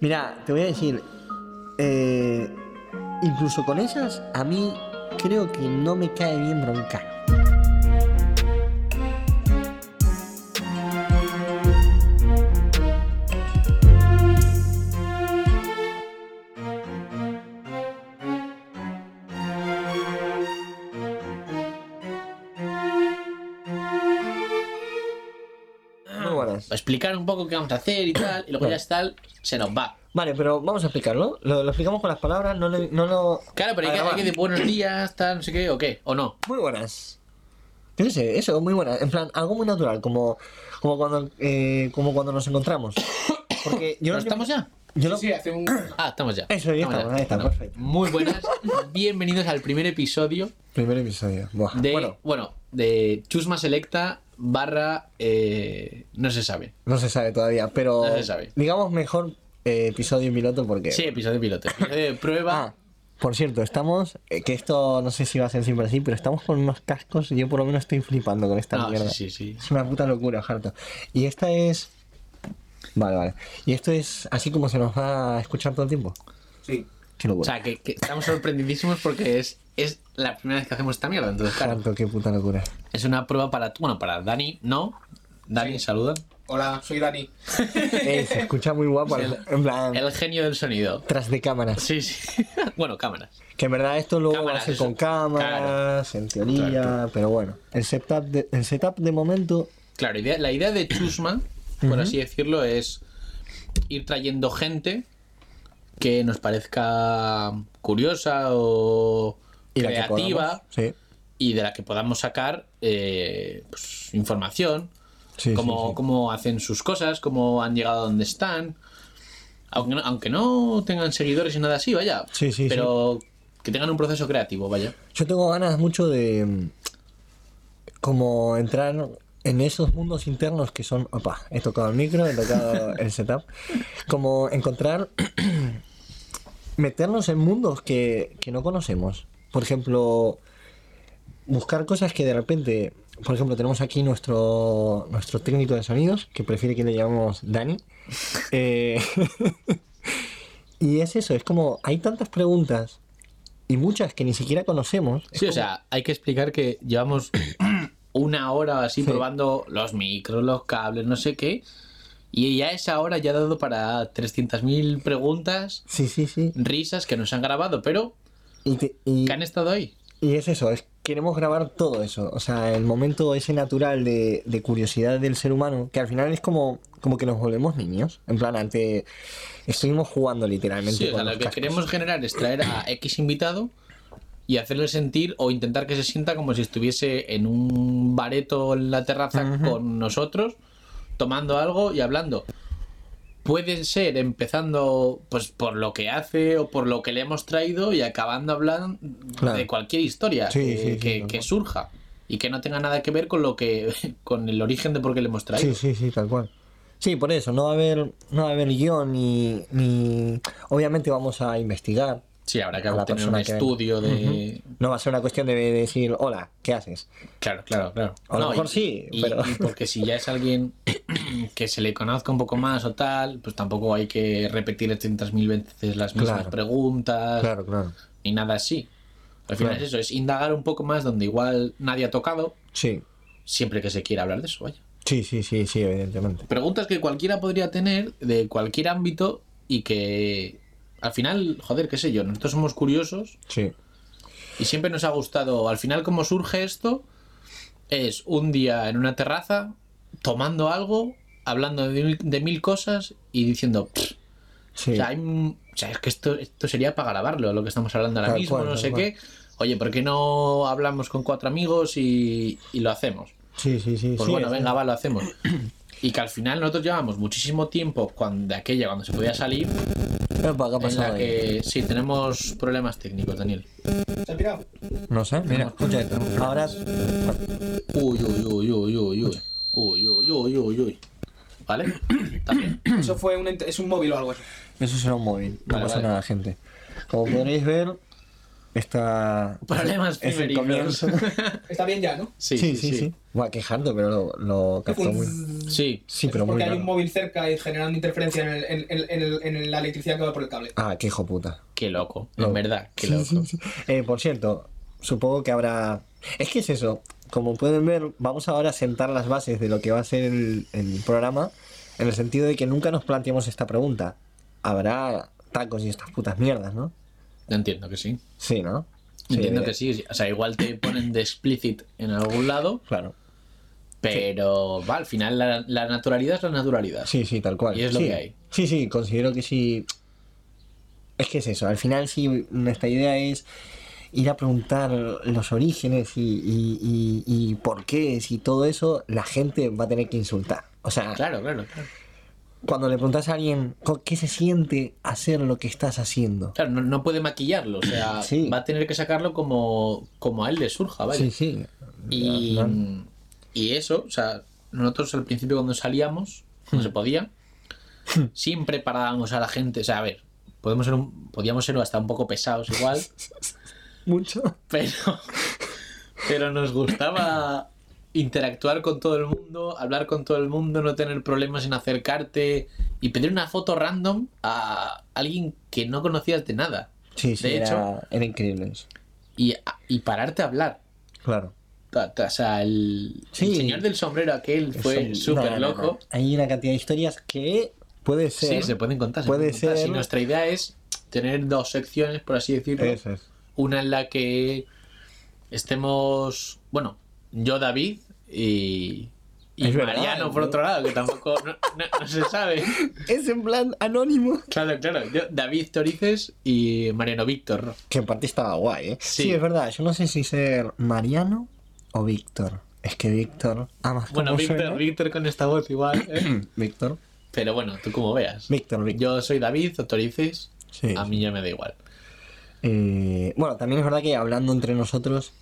Mira, te voy a decir, eh, incluso con esas, a mí creo que no me cae bien Broncano. Muy buenas. Explicar un poco qué vamos a hacer y tal, y luego ya está, se nos va. Vale, pero vamos a explicarlo. Lo, lo explicamos con las palabras, no, le- no lo. Claro, pero hay que, hay que decir buenos días, tal, no sé qué, o qué, o no. Muy buenas. Yo qué sé, eso, muy buenas. En plan, algo muy natural, como, como, cuando, eh, como cuando nos encontramos. Porque yo ¿No lo que- estamos ya? Yo lo- Sí, hace un. Ah, estamos ya. Eso, ya estamos, ahí está, perfecto. Muy buenas, bienvenidos al primer episodio Primer episodio. Buah. de, bueno, Bueno, de Chusma Selecta barra, eh, no se sabe. no se sabe todavía, pero. No se sabe. Digamos mejor eh, episodio piloto porque. Sí, episodio piloto. Episodio de Ah, prueba. por cierto, estamos. eh, que esto no sé si va a ser siempre así, pero estamos con unos cascos y yo por lo menos estoy flipando con esta Ah, mierda. sí, sí, sí. Es una puta locura, Harto. Y esta es. Vale, vale. Y esto es así como se nos va a escuchar todo el tiempo. Sí. Qué locura. O sea, que, que estamos sorprendidísimos porque es, es la primera vez que hacemos esta mierda. Entonces, claro, Harto, qué puta locura. es una prueba para tú. Bueno, para Dani, no. Dani, saluda. Hola, soy Dani. Eh, se escucha muy guapo. en plan. El genio del sonido. Tras de cámaras. Sí, sí. bueno, cámaras. Que en verdad esto luego va Cámaras, a ser eso. con cámaras, en teoría, Claro. pero bueno. El setup, de, el setup de momento. Claro, idea- la idea de Chusma, por así decirlo, es ir trayendo gente que nos parezca curiosa o y la que creativa podamos. Sí. y de la que podamos sacar eh, pues, información, Sí, sí, cómo, sí. cómo hacen sus cosas, cómo han llegado a donde están. Aunque no, aunque no tengan seguidores y nada así, vaya. Sí, sí, pero que tengan un proceso creativo, vaya. Yo tengo ganas mucho de mm, como entrar en esos mundos internos que son, opa, he tocado el micro, he tocado el setup, como encontrar, meternos en mundos que, que no conocemos. Por ejemplo, buscar cosas que de repente, por ejemplo, tenemos aquí nuestro, nuestro técnico de sonidos, que prefiere que le llamemos Dani. Eh, y es eso, es como, hay tantas preguntas y muchas que ni siquiera conocemos. Sí, o sea, hay que explicar que llevamos una hora o así probando los micros, los cables, no sé qué. Y ya esa hora ya ha dado para 300.000 preguntas, Sí, sí, sí. risas que nos han grabado, pero Y, te- y- que han estado ahí. y es eso, es, queremos grabar todo eso. O sea, el momento ese natural de, de curiosidad del ser humano, que al final es como, como que nos volvemos niños. En plan, ante estuvimos jugando literalmente. Sí, o con sea, los lo que cascos. queremos generar es traer a X invitado y hacerle sentir o intentar que se sienta como si estuviese en un bareto en la terraza con nosotros, tomando algo y hablando. Puede ser empezando pues por lo que hace o por lo que le hemos traído y acabando hablando Claro. de cualquier historia Sí, sí, que, sí, que- tal que cual. surja y que no tenga nada que ver con lo que con el origen de por qué le hemos traído. Sí, sí, sí, tal cual. Sí, por eso, no va a haber, no va a haber guión ni, ni... Obviamente vamos a investigar. Sí, habrá que A la tener un persona que venga. estudio de No va a ser una cuestión de decir, hola, ¿qué haces? Claro, claro, claro. A lo mejor sí, pero- y porque si ya es alguien que se le conozca un poco más o tal, pues tampoco hay que repetir 300.000 veces las mismas Claro. preguntas Claro, claro. ni nada así. Al final Claro. es eso, es indagar un poco más donde igual nadie ha tocado, Sí, siempre que se quiera hablar de eso, vaya. sí, sí, sí, sí, evidentemente. Preguntas que cualquiera podría tener de cualquier ámbito y que al final, joder, qué sé yo, nosotros somos curiosos Sí. Y siempre nos ha gustado. Al final, como surge esto, es un día en una terraza, tomando algo, hablando de mil, de mil cosas y diciendo. "Pff, sí. o, sea, hay un- o sea, es que esto, esto sería para grabarlo, lo que estamos hablando ahora Tal mismo, cual, no tal sé cual. qué. Oye, ¿por qué no hablamos con cuatro amigos y, y lo hacemos? Sí, sí, sí. Pues sí, bueno, es- venga, va, lo hacemos. Y que al final nosotros llevamos muchísimo tiempo cuando, de aquella, cuando se podía salir, Epa, ¿qué ha en pasado la ahí? que sí, tenemos problemas técnicos, Daniel. ¿Se ha tirado? No sé, mira, escucha esto. Ahora. Uy, uy, uy, uy, uy, uy. Uy, uy, uy, uy, uy. ¿Vale? Está bien. Hmm. Eso fue un. ent- Es un móvil o algo así. Eso será un móvil, no Vale, pasa vale. nada, gente. Como podréis ver, esta... Problemas es el primerizos. comienzo. Está bien ya, ¿no? Sí, sí, sí, sí. Buah, qué harto, pero lo, lo captó muy... Sí. Sí, Eso pero es porque muy hay un raro. móvil cerca y generando interferencia en, el- en- en- en el- en la electricidad que va por el cable. Ah, qué hijo puta. Qué loco, No. en verdad, qué Sí, loco. sí, sí. Eh, por cierto, supongo que habrá... Es que es eso, como pueden ver, vamos ahora a sentar las bases de lo que va a ser el, el programa, en el sentido de que nunca nos planteamos esta pregunta. Habrá tacos y estas putas mierdas, ¿no? Yo entiendo que sí. Sí, ¿no? Entiendo que sí. O sea, igual te ponen de explicit en algún lado, Claro. pero va, al final la, la naturalidad es la naturalidad. Sí, sí, tal cual. Y es lo sí. que hay. Sí, sí, considero que sí. Es que es eso, al final sí, nuestra idea es ir a preguntar los orígenes y, y, y, y por qué, y todo eso, la gente va a tener que insultar. O sea, Ah, Claro, claro, claro. cuando le preguntas a alguien "Co- qué se siente hacer lo que estás haciendo. Claro, no, no puede maquillarlo, o sea, Sí. va a tener que sacarlo como, como a él le surja, Ah, ¿vale? Sí, sí. Y, Al final- y eso, o sea, nosotros al principio cuando salíamos, no Hmm. se podía, siempre parábamos a la gente, o sea, a ver, podemos ser un- podíamos ser hasta un poco pesados igual, Mucho. pero, pero nos gustaba interactuar con todo el mundo, hablar con todo el mundo, no tener problemas en acercarte y pedir una foto random a alguien que no conocías de nada Sí, sí, De era, era increíble eso. y, y pararte a hablar. Claro. Ta- ta- O sea, el, el Sí. señor del sombrero aquel fue Eso- súper no, no, loco. no. Hay una cantidad de historias que puede ser. Sí, se pueden contar. se Puede pueden contar. ser- Si nuestra idea es tener dos secciones, por así decirlo. Eso es. Una en la que estemos, bueno, yo, David y, y Es verdad, Mariano, por yo- otro lado, que tampoco no, no- no se sabe. Es en plan anónimo. Claro, claro. Yo, David Torices y Mariano Víctor. Que en parte estaba guay, ¿eh? Sí. Sí. es verdad. Yo no sé si ser Mariano o Víctor. Es que Víctor. Ah, más Bueno, como Víctor, suena. Víctor con esta voz igual. ¿eh? Víctor. Pero bueno, tú como veas. Víctor, Víctor. Yo soy David, o Torices. Sí. A mí ya me da igual. Eh, bueno, también es verdad que hablando entre nosotros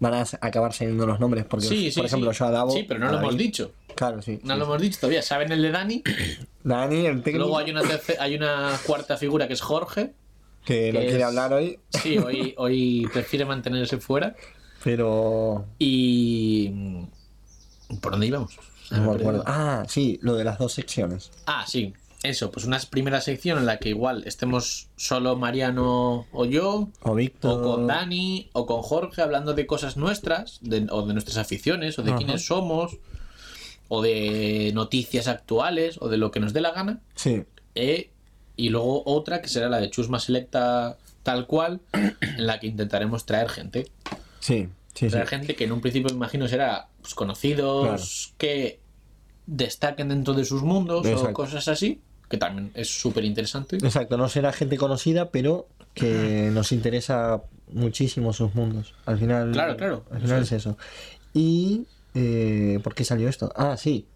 van a s- acabar saliendo los nombres. Porque, Sí, sí. por ejemplo, sí. yo a Davo. Sí, pero no a lo David- hemos dicho. Claro, sí. No sí. lo hemos dicho todavía. Saben el de Dani. Dani, el técnico. Luego hay una, terce- hay una cuarta figura que es Jorge. Que no que quiere es- hablar hoy. Sí, hoy, hoy prefiere mantenerse fuera. Pero. Y. mm, ¿Por dónde íbamos? No me acuerdo. Ah, sí, lo de las dos secciones. Ah, sí. Eso, pues una primera sección en la que igual estemos solo Mariano o yo, O Víctor. o con Dani, o con Jorge, hablando de cosas nuestras, de- o de nuestras aficiones, o de Ajá. quiénes somos, o de noticias actuales, o de lo que nos dé la gana. Sí. E, y luego otra que será la de Chusma Selecta tal cual, en la que intentaremos traer gente. Sí, sí, sí. Traer gente que en un principio me imagino será pues, conocidos, Claro. que destaquen dentro de sus mundos Exacto. o cosas así, que también es súper interesante. Exacto, no será gente conocida, pero que nos interesa muchísimo sus mundos. Al final. Claro, claro, Al final eso es eso. ¿Y eh, por qué salió esto? Ah, sí.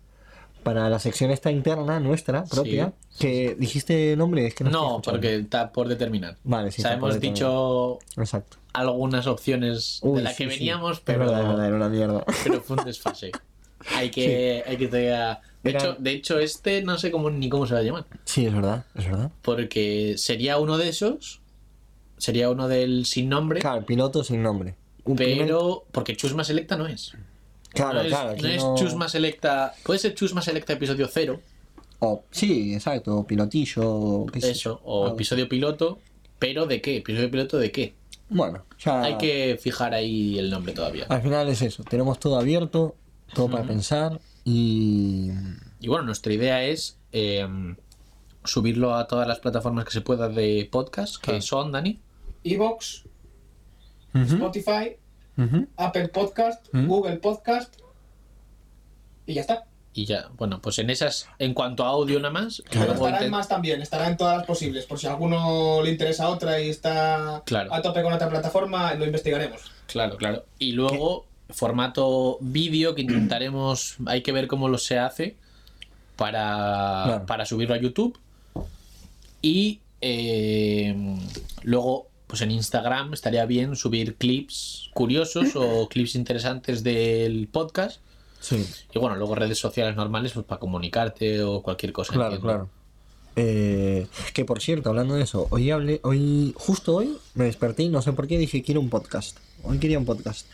Para la sección esta interna, nuestra, propia, que dijiste nombre, es que no estoy No, escuchando. porque está por determinar. Vale, sí. O sea, está por hemos determinar. dicho Exacto. algunas opciones Uy, de las sí, que sí. veníamos, Es pero, verdad, es verdad, era una mierda. pero fue un desfase. Hay que, hay que tener- De, Era- hecho, de hecho, este no sé cómo ni cómo se va a llamar. Sí, es verdad, es verdad. Porque sería uno de esos. Sería uno del sin nombre. Claro, piloto sin nombre. Un primer- pero. Porque Chusma Selecta no es. Claro, no es, claro. aquí no es no- Chusma Selecta. Puede ser Chusma Selecta episodio cero. o- Oh, sí, exacto. O pilotillo. O qué sé yo, Eso. O algo. episodio piloto. Pero de qué? Episodio piloto de qué? Bueno, ya. Hay que fijar ahí el nombre todavía. Al final es eso, tenemos todo abierto, todo para pensar y... Y bueno, nuestra idea es. eh, subirlo a todas las plataformas que se pueda de podcast. Que son, Dani. Evox, ¿Mm? Spotify, Apple Podcast, Ujú. Google Podcast. Y ya está. Y ya. Bueno, pues en esas. En cuanto a audio nada más. Claro. Pero luego estará en intent- más también, estará en todas las posibles. Por si a alguno le interesa otra y está Claro. a tope con otra plataforma, lo investigaremos. Claro, claro. Y luego, formato vídeo que intentaremos, hay que ver cómo lo se hace para, Claro. para subirlo a YouTube. Y eh, luego, pues en Instagram estaría bien subir clips curiosos o clips interesantes del podcast. Sí, Y bueno, luego redes sociales normales pues para comunicarte o cualquier cosa. claro, entiendo. claro. Eh, que por cierto, hablando de eso, hoy hablé, hoy, justo hoy me desperté y no sé por qué dije quiero un podcast. Hoy quería un podcast.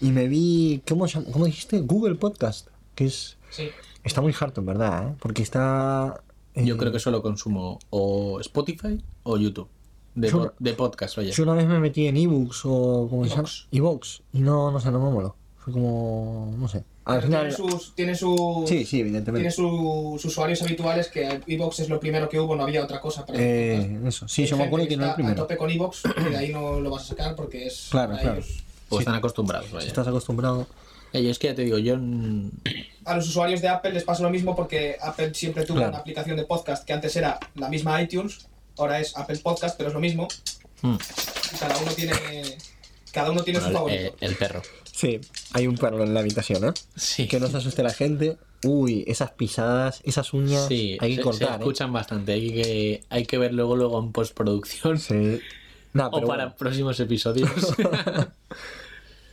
Y me vi, ¿cómo, se llama? ¿cómo dijiste? Google Podcast. Que es. Sí. Está muy harto, en verdad, ¿eh? Porque está. eh, Yo creo que solo consumo o Spotify o YouTube. De, Yo- po- de podcast, vaya. Yo una vez me metí en ebooks o como se llama. Evox. Evox. Y no, no sé, no me moló. Fue como. No sé. Al Tiene final. sus, tiene sus, Sí, sí, tiene evidentemente. sus usuarios habituales que Evox es lo primero que hubo, no había otra cosa para Eh, eso. Sí, Hay yo me gente acuerdo que no era está el A primero. tope con Evox y de ahí no lo vas a sacar porque es Claro, a, claro. ellos- O sí. están acostumbrados, Si vaya. estás acostumbrado. Eh, Yo es que ya te digo, yo mm, a los usuarios de Apple les pasa lo mismo porque Apple siempre tuvo Claro. una aplicación de podcast que antes era la misma iTunes, ahora es Apple Podcast, pero es lo mismo. Mm. Y cada uno tiene cada uno tiene su bueno, el, favorito. eh, el perro. Sí, hay un perro en la habitación, ¿eh? Sí. Que no se asuste la gente. Uy, esas pisadas, esas uñas, Sí, hay que se- cortar. se ¿eh? escuchan bastante. Hay que, hay que ver luego, luego en postproducción Sí. Nah, o pero para bueno, próximos episodios.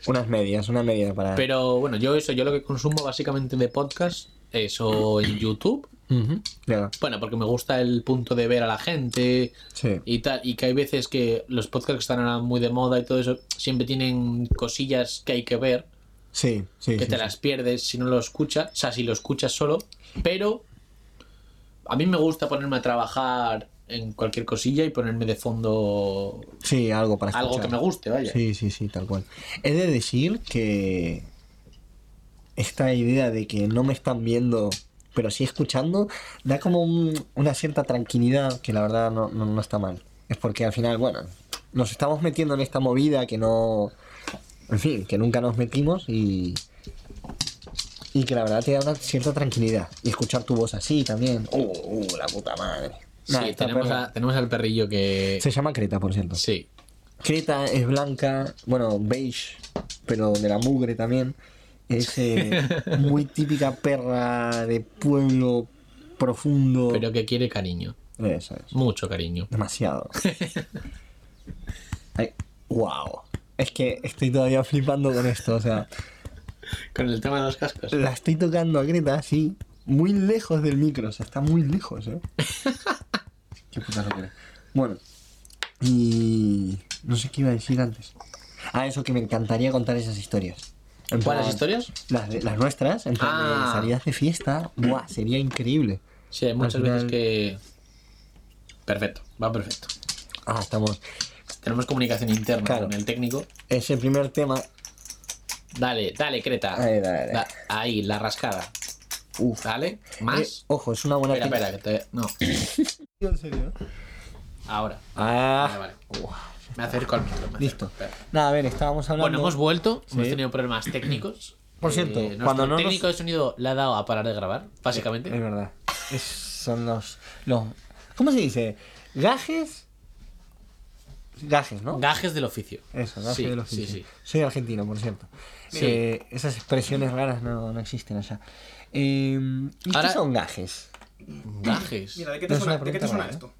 unas medias, una media para. pero bueno, yo eso, yo lo que consumo básicamente de podcast es o en YouTube. Ujú, ya, Bueno, porque me gusta el punto de ver a la gente sí. y tal. Y que hay veces que los podcasts que están ahora muy de moda y todo eso siempre tienen cosillas que hay que ver, Sí, sí. que sí, te sí. las pierdes si no lo escuchas. O sea, si lo escuchas solo. Pero a mí me gusta ponerme a trabajar en cualquier cosilla y ponerme de fondo Sí, algo para algo que escuchar. me guste, vaya. Sí, sí, sí, tal cual. He de decir que esta idea de que no me están viendo, pero sí escuchando, da como un- una cierta tranquilidad que la verdad no, no- no está mal. Es porque al final, bueno, nos estamos metiendo en esta movida que no... En fin, que nunca nos metimos y... Y que la verdad te da una cierta tranquilidad. Y escuchar tu voz así también. ¡Uh, uh, la puta madre! Sí, Nah, esta tenemos, perra- a- tenemos al perrillo que. Se llama Creta, por cierto. Sí. Creta es blanca, bueno, beige, pero de la mugre también. Es eh, muy típica perra de pueblo profundo. pero que quiere cariño. Eso es, Mucho cariño. demasiado. wow. Es que estoy todavía flipando con esto, o sea, Con el tema de los cascos. la estoy tocando a Creta así, muy lejos del micro, o sea, está muy lejos, ¿eh? Qué puta locura. Bueno, y no sé qué iba a decir antes. Ah, eso que me encantaría contar esas historias. En ¿Cuáles plan, historias? Las, de- las nuestras, en plan Ah. de salidas de fiesta, buah, sería increíble. Sí, hay muchas Al final- veces que. Perfecto, va perfecto. Ah, estamos. Tenemos comunicación interna Claro. con el técnico. Ese primer tema, Dale, dale, Creta. Ahí, dale, dale. Da- ahí, la rascada. uff. Dale, más. eh, ojo, es una buena pinta. espera, espera, que te- No, ¿En serio? ahora. Vale, Ah, vale. Me acerco al micro. me acerco. Listo. Espera. nada, a ver, estábamos hablando. Bueno, hemos vuelto. Hemos Sí. tenido problemas técnicos. Eh, Por cierto, nuestro cuando no nos- técnico de sonido le ha dado a parar de grabar, Eh, básicamente. Es verdad. Es- son los, los. ¿Cómo se dice? Gajes. Gajes, ¿no? Gajes del oficio. Eso, gajes Sí, de los sí, oficio. sí. Soy argentino, por cierto. Sí. Eh, esas expresiones raras no, no existen allá. Eh, ¿y ¿Qué Ahora- son gajes? Gajes. Mira, ¿de qué te te Es una suena, suena- de qué te pregunta ¿eh? suena rara, esto? esto?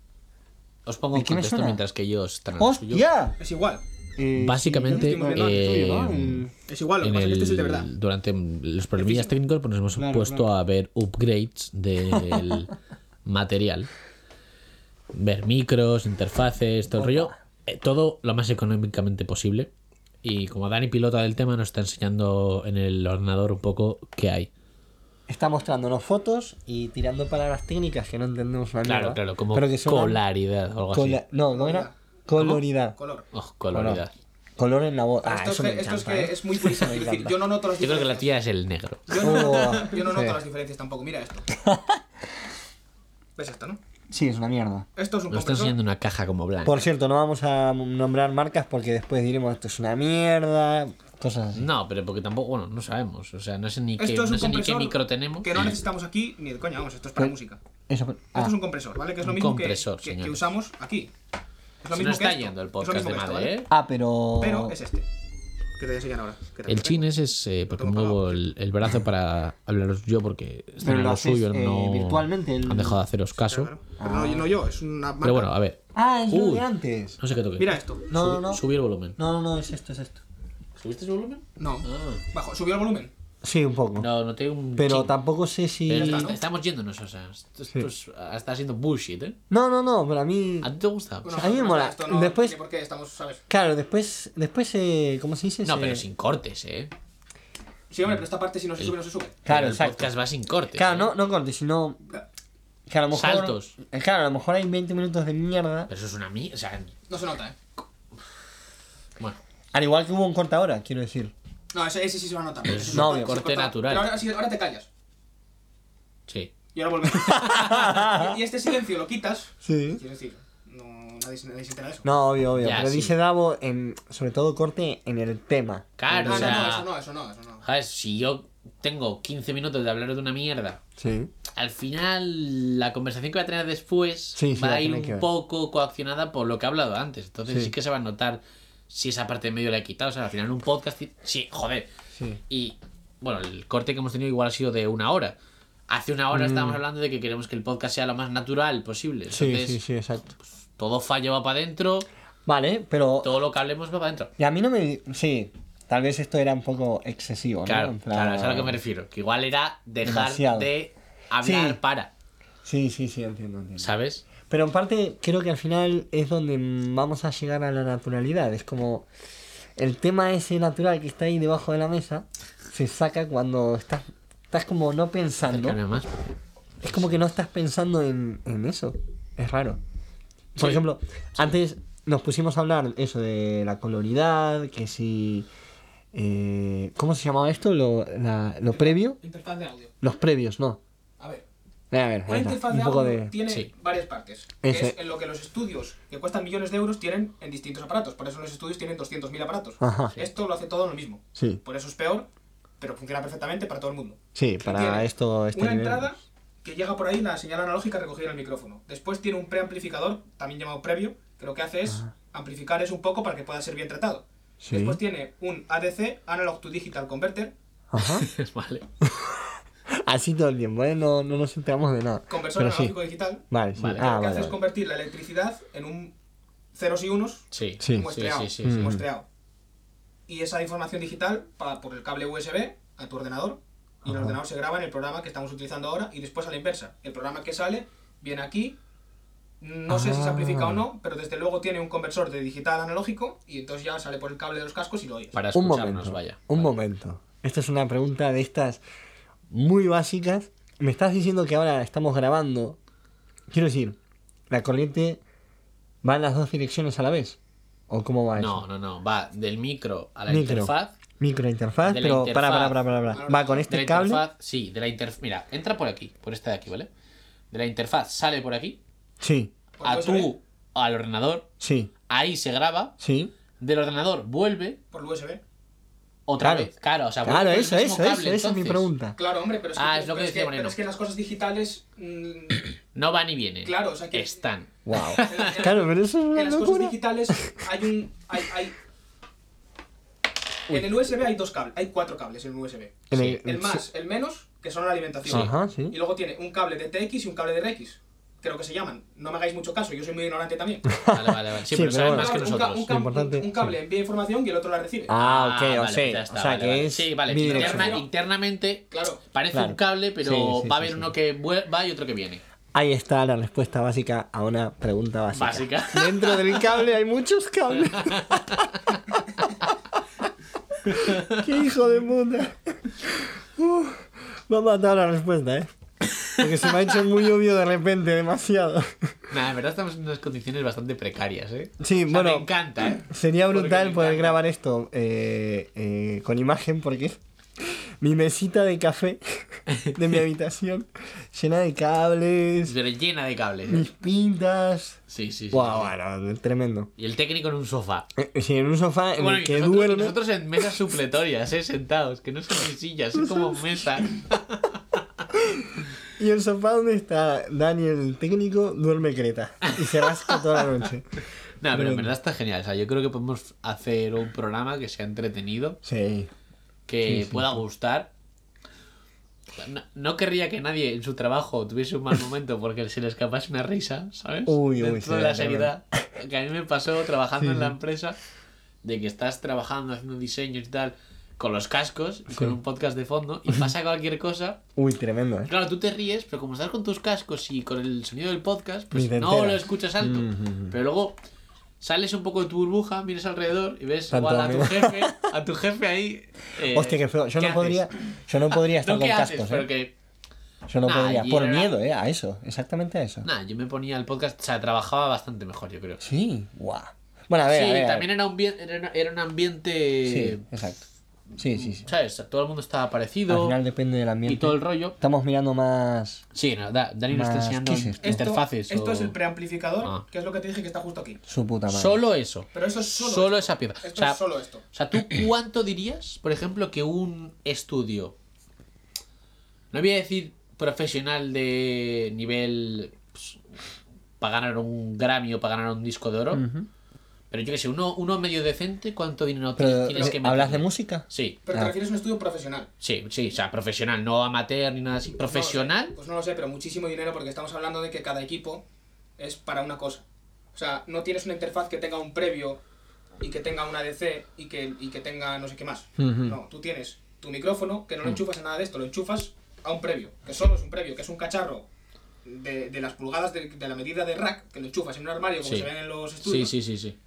Os pongo ¿De en qué me contexto suena? mientras que ellos están en lo suyo. ¡Hostia! Es igual. Eh, Básicamente, Estamos viendo antes tuyo, ¿no? eh, Es igual, lo que en pasa es que este es el de el- verdad. durante los problemillas técnicos pues nos hemos Claro, puesto a ver upgrades del material. Ver micros, interfaces, todo el rollo. Eh, todo lo más económicamente posible. Y como Dani pilota del tema, nos está enseñando en el ordenador un poco qué hay. Está mostrándonos fotos y tirando palabras técnicas que no entendemos una Claro, mierda, claro, como pero que suenan colaridad o algo cola- así. No, ¿cómo era? Coloridad. Color. Oh, coloridad. Color en la voz. Ah, esto es eso que, me esto es, encanta, que ¿eh? es muy purista. me es decir, encanta. yo no noto las Yo creo que la diferencias. tía es el negro. Yo no, Oh, yo no noto sí. las diferencias tampoco. Mira esto. ¿Ves esto, no? Sí, es una mierda. Esto es un Nos está compresor. enseñando una caja como blanca. Por cierto, no vamos a nombrar marcas porque después diremos esto es una mierda, cosas así. No, pero porque tampoco, bueno, no sabemos. O sea, no sé ni, qué, Esto es no un sé ni qué compresor micro tenemos. que no necesitamos aquí ni de coña, vamos, esto es para música. Eso, Esto ah, es un compresor, ¿vale? Que es lo Un mismo que- compresor, que, que señores. usamos aquí. Es lo Se mismo nos que está esto. yendo el Es lo podcast mismo de que esto, madre, ¿vale? ¿eh? ah, pero... Pero es este. Que te voy a enseñar ahora. que también El chin ese es eh, porque muevo el, el brazo para hablaros yo porque están Pero en lo lo haces, suyo, eh, no virtualmente, el- han dejado de haceros caso. tengo. Claro. Pero no, no yo, es una marca. Pero bueno, a ver, Ah, es lo Uy. de antes. no sé qué toque. Mira esto. No, Subí- no, no. subí el volumen. No, no, no, es esto, es esto. ¿Subiste el volumen? No. Ah. Bajo, subió el volumen. Sí, un poco. No, noté un. Pero chin. tampoco sé si. Pero est- Estamos yéndonos, o sea. Esto, esto es- está siendo bullshit, ¿eh? No, no, no, pero a mí. ¿A ti te gusta? A mí me no, mola. Esto no Después- tiene por qué estamos, ¿sabes? Claro, después. después eh, ¿Cómo se dice? no, Se- pero sin cortes, ¿eh? Sí, hombre, pero esta parte si no se sube, no se sube. Claro, el exacto. podcast va sin cortes. Claro, ¿eh? no, no cortes, sino. Que a lo mejor. Saltos. eh, Claro, a lo mejor hay 20 minutos de mierda. Pero eso es una mierda. O sea, No se nota, ¿eh? bueno. Al igual que hubo un corta ahora, quiero decir. No, ese, ese sí se va a notar. Pero Ese es se un nota, se corte corta. natural. Pero ahora, sí, ahora te callas. Sí. Y ahora volvemos. y, y este silencio lo quitas. Sí. Quiero decir, no, nadie, se- nadie se entera de eso. No, obvio, obvio. Ya, pero sí. dice Davo, en, sobre todo corte en el tema. Ah, Claro, no, o no, sea. eso no, eso no, eso no. joder, si yo tengo 15 minutos de hablar de una mierda, Sí. al final la conversación que voy a tener después Sí, sí, va va a a ir tener que un ver. poco coaccionada por lo que he hablado antes. Entonces sí. Sí. que se va a notar si esa parte de medio la he quitado. O sea, al final un podcast. Sí, joder. Sí. Y bueno, el corte que hemos tenido igual ha sido de una hora. Hace una hora estábamos hablando de que queremos que el podcast sea lo más natural posible. Mm. Sí, Entonces, sí, sí, exacto. todo fallo va para adentro, Vale, pero. todo lo que hablemos va para adentro. Y a mí no me. Sí, tal vez esto era un poco excesivo, ¿no? Claro, En plan- claro, es a lo que me refiero. Que igual era dejar Demasiado. de hablar Sí. para, Sí, sí, sí, entiendo, entiendo. ¿sabes? Pero en parte creo que al final es donde mm, vamos a llegar a la naturalidad. Es como el tema ese natural que está ahí debajo de la mesa se saca cuando estás, estás como no Acércame pensando. más. Es como que no estás pensando en, en eso. Es raro. Por ejemplo, antes nos pusimos a hablar eso de la coloridad, que si... eh, ¿Cómo se llamaba esto? Lo, la- lo previo. Interfaz de audio. Los previos, no. A ver. A ver, a ver, Una ahí está. interfaz de un poco audio de... tiene Sí. varias partes. que Ese. es en lo que los estudios que cuestan millones de euros tienen en distintos aparatos. Por eso los estudios tienen 200.000 aparatos. Ajá. Esto lo hace todo en lo mismo. Sí, Por eso es peor, pero funciona perfectamente para todo el mundo. sí, para Tiene esto... Este una nivel. entrada que llega por ahí la señal analógica recogida en el micrófono. Después tiene un preamplificador, también llamado previo, que lo que hace es amplificar eso un poco para que pueda ser bien tratado. Sí. Después tiene un ADC, Analog to Digital Converter, Ajá. vale. Así todo el tiempo, ¿eh? No, no nos enteramos de nada. conversor Pero sí. analógico digital, Vale, sí. Vale. Ah, lo que vale, hace es vale. convertir la electricidad en un ceros y unos Sí. Sí. muestreado, sí, sí, sí. Mm. muestreado. Y esa información digital va por el cable USB a tu ordenador y en el ordenador se graba en el programa que estamos utilizando ahora y después a la inversa. El programa que sale viene aquí. No sé si se Ah. amplifica o no, pero desde luego tiene un conversor de digital a analógico y entonces ya sale por el cable de los cascos y lo oyes. Para Un escucharnos, momento. vaya. Un Vale. momento. Esta es una pregunta de estas muy básicas. Me estás diciendo que ahora estamos grabando. Quiero decir, la corriente va en las dos direcciones a la vez. ¿O cómo va No, eso? no, no. Va del micro a la Micro. interfaz. Microinterfaz, De la pero interfaz. para, para, para, para, Va con De la este cable. interfaz, sí, de la interfaz. Mira, entra por aquí, por esta de aquí, ¿vale? De la interfaz sale por aquí, Sí, Por a USB, tú, al ordenador, sí, ahí se graba, sí. del ordenador vuelve Por el USB. otra Claro. vez. Claro, o sea, Claro, vuelve Ah, el eso, mismo eso, cable, eso, esa es mi entonces. pregunta. Claro, hombre, pero es que, Ah, es lo pero que decía pero Moreno. es que las cosas digitales... mm, No van y vienen. Claro, o sea que- Están. Wow. Claro, pero eso es una en las cosas locura. digitales hay un... Hay, hay- En el USB hay dos cables, hay cuatro cables en un USB. En Sí, El más, el menos, que son la alimentación. Ajá, sí. Y luego tiene un cable de TX y un cable de RX. Creo que se llaman. No me hagáis mucho caso, yo soy muy ignorante también. Vale, vale, vale. Sí, Sí, pero pero saben bueno. más que Un ca- nosotros. Un, ca- Lo importante- un cable envía información y el otro la recibe. Ah, ok, o vale, pues sea, ya está, o sea vale, que vale. es Sí, vale. bidireccional. interna- internamente Claro. parece Claro. un cable, pero Sí, sí, va a sí, haber sí. uno que vuel- va y otro que viene. Ahí está la respuesta básica a una pregunta básica. Básica. Dentro del cable hay muchos cables. ¡Qué hijo de puta! Uf, vamos a dar la respuesta, ¿eh? Porque se me ha hecho muy obvio de repente, demasiado. Nah, en verdad estamos en unas condiciones bastante precarias, ¿eh? Sí, O sea, bueno, Me encanta, ¿eh? Sería Porque brutal me poder encanta. grabar esto eh, eh, con imagen porque mi mesita de café de mi habitación llena de cables, Pero llena de cables. ¿eh? mis pintas. Sí, sí, sí. Guau, bueno, tremendo. Y el técnico en un sofá. Eh, Sí, en un sofá en Bueno, el y que nosotros, duerme. y nosotros en mesas supletorias, ¿eh? Sentados, que no son ni sillas, es como mesa. Y el sofá donde está Daniel, el técnico, duerme Creta. Y se rasca toda la noche. No, pero en verdad está genial. O sea, yo creo que podemos hacer un programa que sea entretenido, Sí. que pueda gustar. No, no querría que nadie en su trabajo tuviese un mal momento porque se le escapase una risa, ¿sabes? Uy, uy, Dentro sí, de la es seriedad. verdad. Que a mí me pasó trabajando en la empresa, de que estás trabajando, haciendo diseños y tal, con los cascos, y con un podcast de fondo, y pasa cualquier cosa. Uy, tremendo, ¿eh? Claro, tú te ríes, pero como estás con tus cascos y con el sonido del podcast, pues Ni te no enteras. Mm, lo escuchas alto. Ujú. Pero luego sales un poco de tu burbuja, miras alrededor y ves Tanto igual a tu amigo. jefe, a tu jefe ahí. eh, Hostia, qué feo. Yo ¿qué no haces? podría, yo no podría estar no con qué haces, cascos, pero ¿eh? que Yo no Nah, podría. allí Por era- miedo, ¿eh? A eso. Exactamente a eso. Nada, yo me ponía el podcast, o sea, trabajaba bastante mejor, yo creo. Sí, guau. Bueno, a ver, sí, a ver, a ver. también era un, bien- era, era un ambiente. Sí, exacto. Sí, sí, sí. ¿Sabes? Todo el mundo estaba Al parecido final depende del ambiente. y todo el rollo. Estamos mirando más... Sí, no, da- Dani nos está Más enseñando quizzes, tú. interfaces. o- Esto es el preamplificador, Ah. que es lo que te dije que está justo aquí. Su puta madre. Solo eso. Pero eso es solo Solo esto. esa pieza. Esto O sea, es solo esto. O sea, ¿tú cuánto dirías, por ejemplo, que un estudio, no voy a decir profesional de nivel pues, para ganar un Grammy o para ganar un disco de oro, pero yo qué sé, uno, uno medio decente, ¿cuánto dinero Pero, tienes que meter? ¿Hablas de música? Sí, Pero Ah. te refieres a un estudio profesional. sí, sí, o sea, profesional, no amateur ni nada así. Pues no lo sé. Profesional, pues no lo sé, pero muchísimo dinero porque estamos hablando de que cada equipo es para una cosa. O sea, no tienes una interfaz que tenga un previo y que tenga una DC y que, y que tenga no sé qué más. Ujú. No, tú tienes tu micrófono Mm. que no lo enchufas a nada de esto, lo enchufas a un previo, que solo es un previo, que es un cacharro de, de las pulgadas de, de la medida de rack, que lo enchufas en un armario como Sí. se ven en los sí, estudios. sí, sí, sí.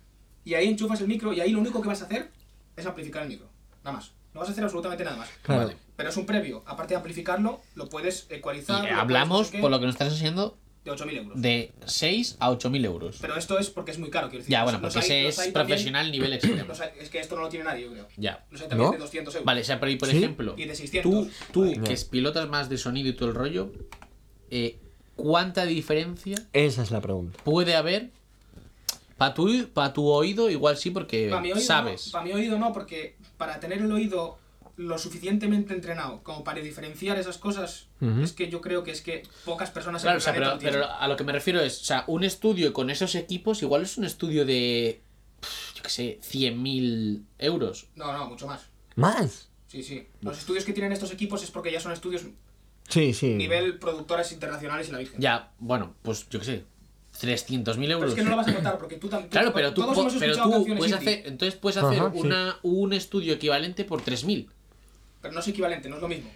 Y ahí enchufas el micro y ahí lo único que vas a hacer es amplificar el micro. Nada más. No vas a hacer absolutamente nada más. Claro. Vale. Pero es un previo. Aparte de amplificarlo, lo puedes Y ecualizar. hablamos, por lo que nos estás enseñando, De 8.000 euros. de 6 a 8 mil euros. Pero esto es porque es muy caro, quiero decir. Ya, bueno, Los porque hay- ese los es hay también- profesional nivel extremo. los hay- es que esto no lo tiene nadie, yo creo. Ya. Los hay también ¿No? de 200 euros. Vale, o sea, pero y por Sí. ejemplo, Y de 600. tú, tú Vale. que es pilotas más de sonido y todo el rollo, eh, ¿cuánta diferencia Esa es la pregunta. puede haber? Para tu, pa' tu oído, igual sí, porque Para mi, oído, sabes. No, para mi oído no, porque para tener el oído lo suficientemente entrenado como para diferenciar esas cosas, es que yo creo que es que pocas personas en Claro, o el sea, planeta pero, lo tienen. pero a lo que me refiero es, o sea, un estudio con esos equipos, igual es un estudio de, pf, yo qué sé, 100.000 euros. No, no, mucho más. ¿Más? Sí, sí. Los estudios que tienen estos equipos es porque ya son estudios Sí, sí. nivel productoras internacionales y la Virgen. Mm. Ya, bueno, pues yo qué sé, 300.000 Pero euros. es que no lo vas a contar porque tú también. Claro, pero tú, todos po- hemos pero escuchado tú canciones puedes indie, hacer, entonces puedes hacer Ajá, sí. una, un estudio equivalente por 3.000. pero no es equivalente, no es lo mismo.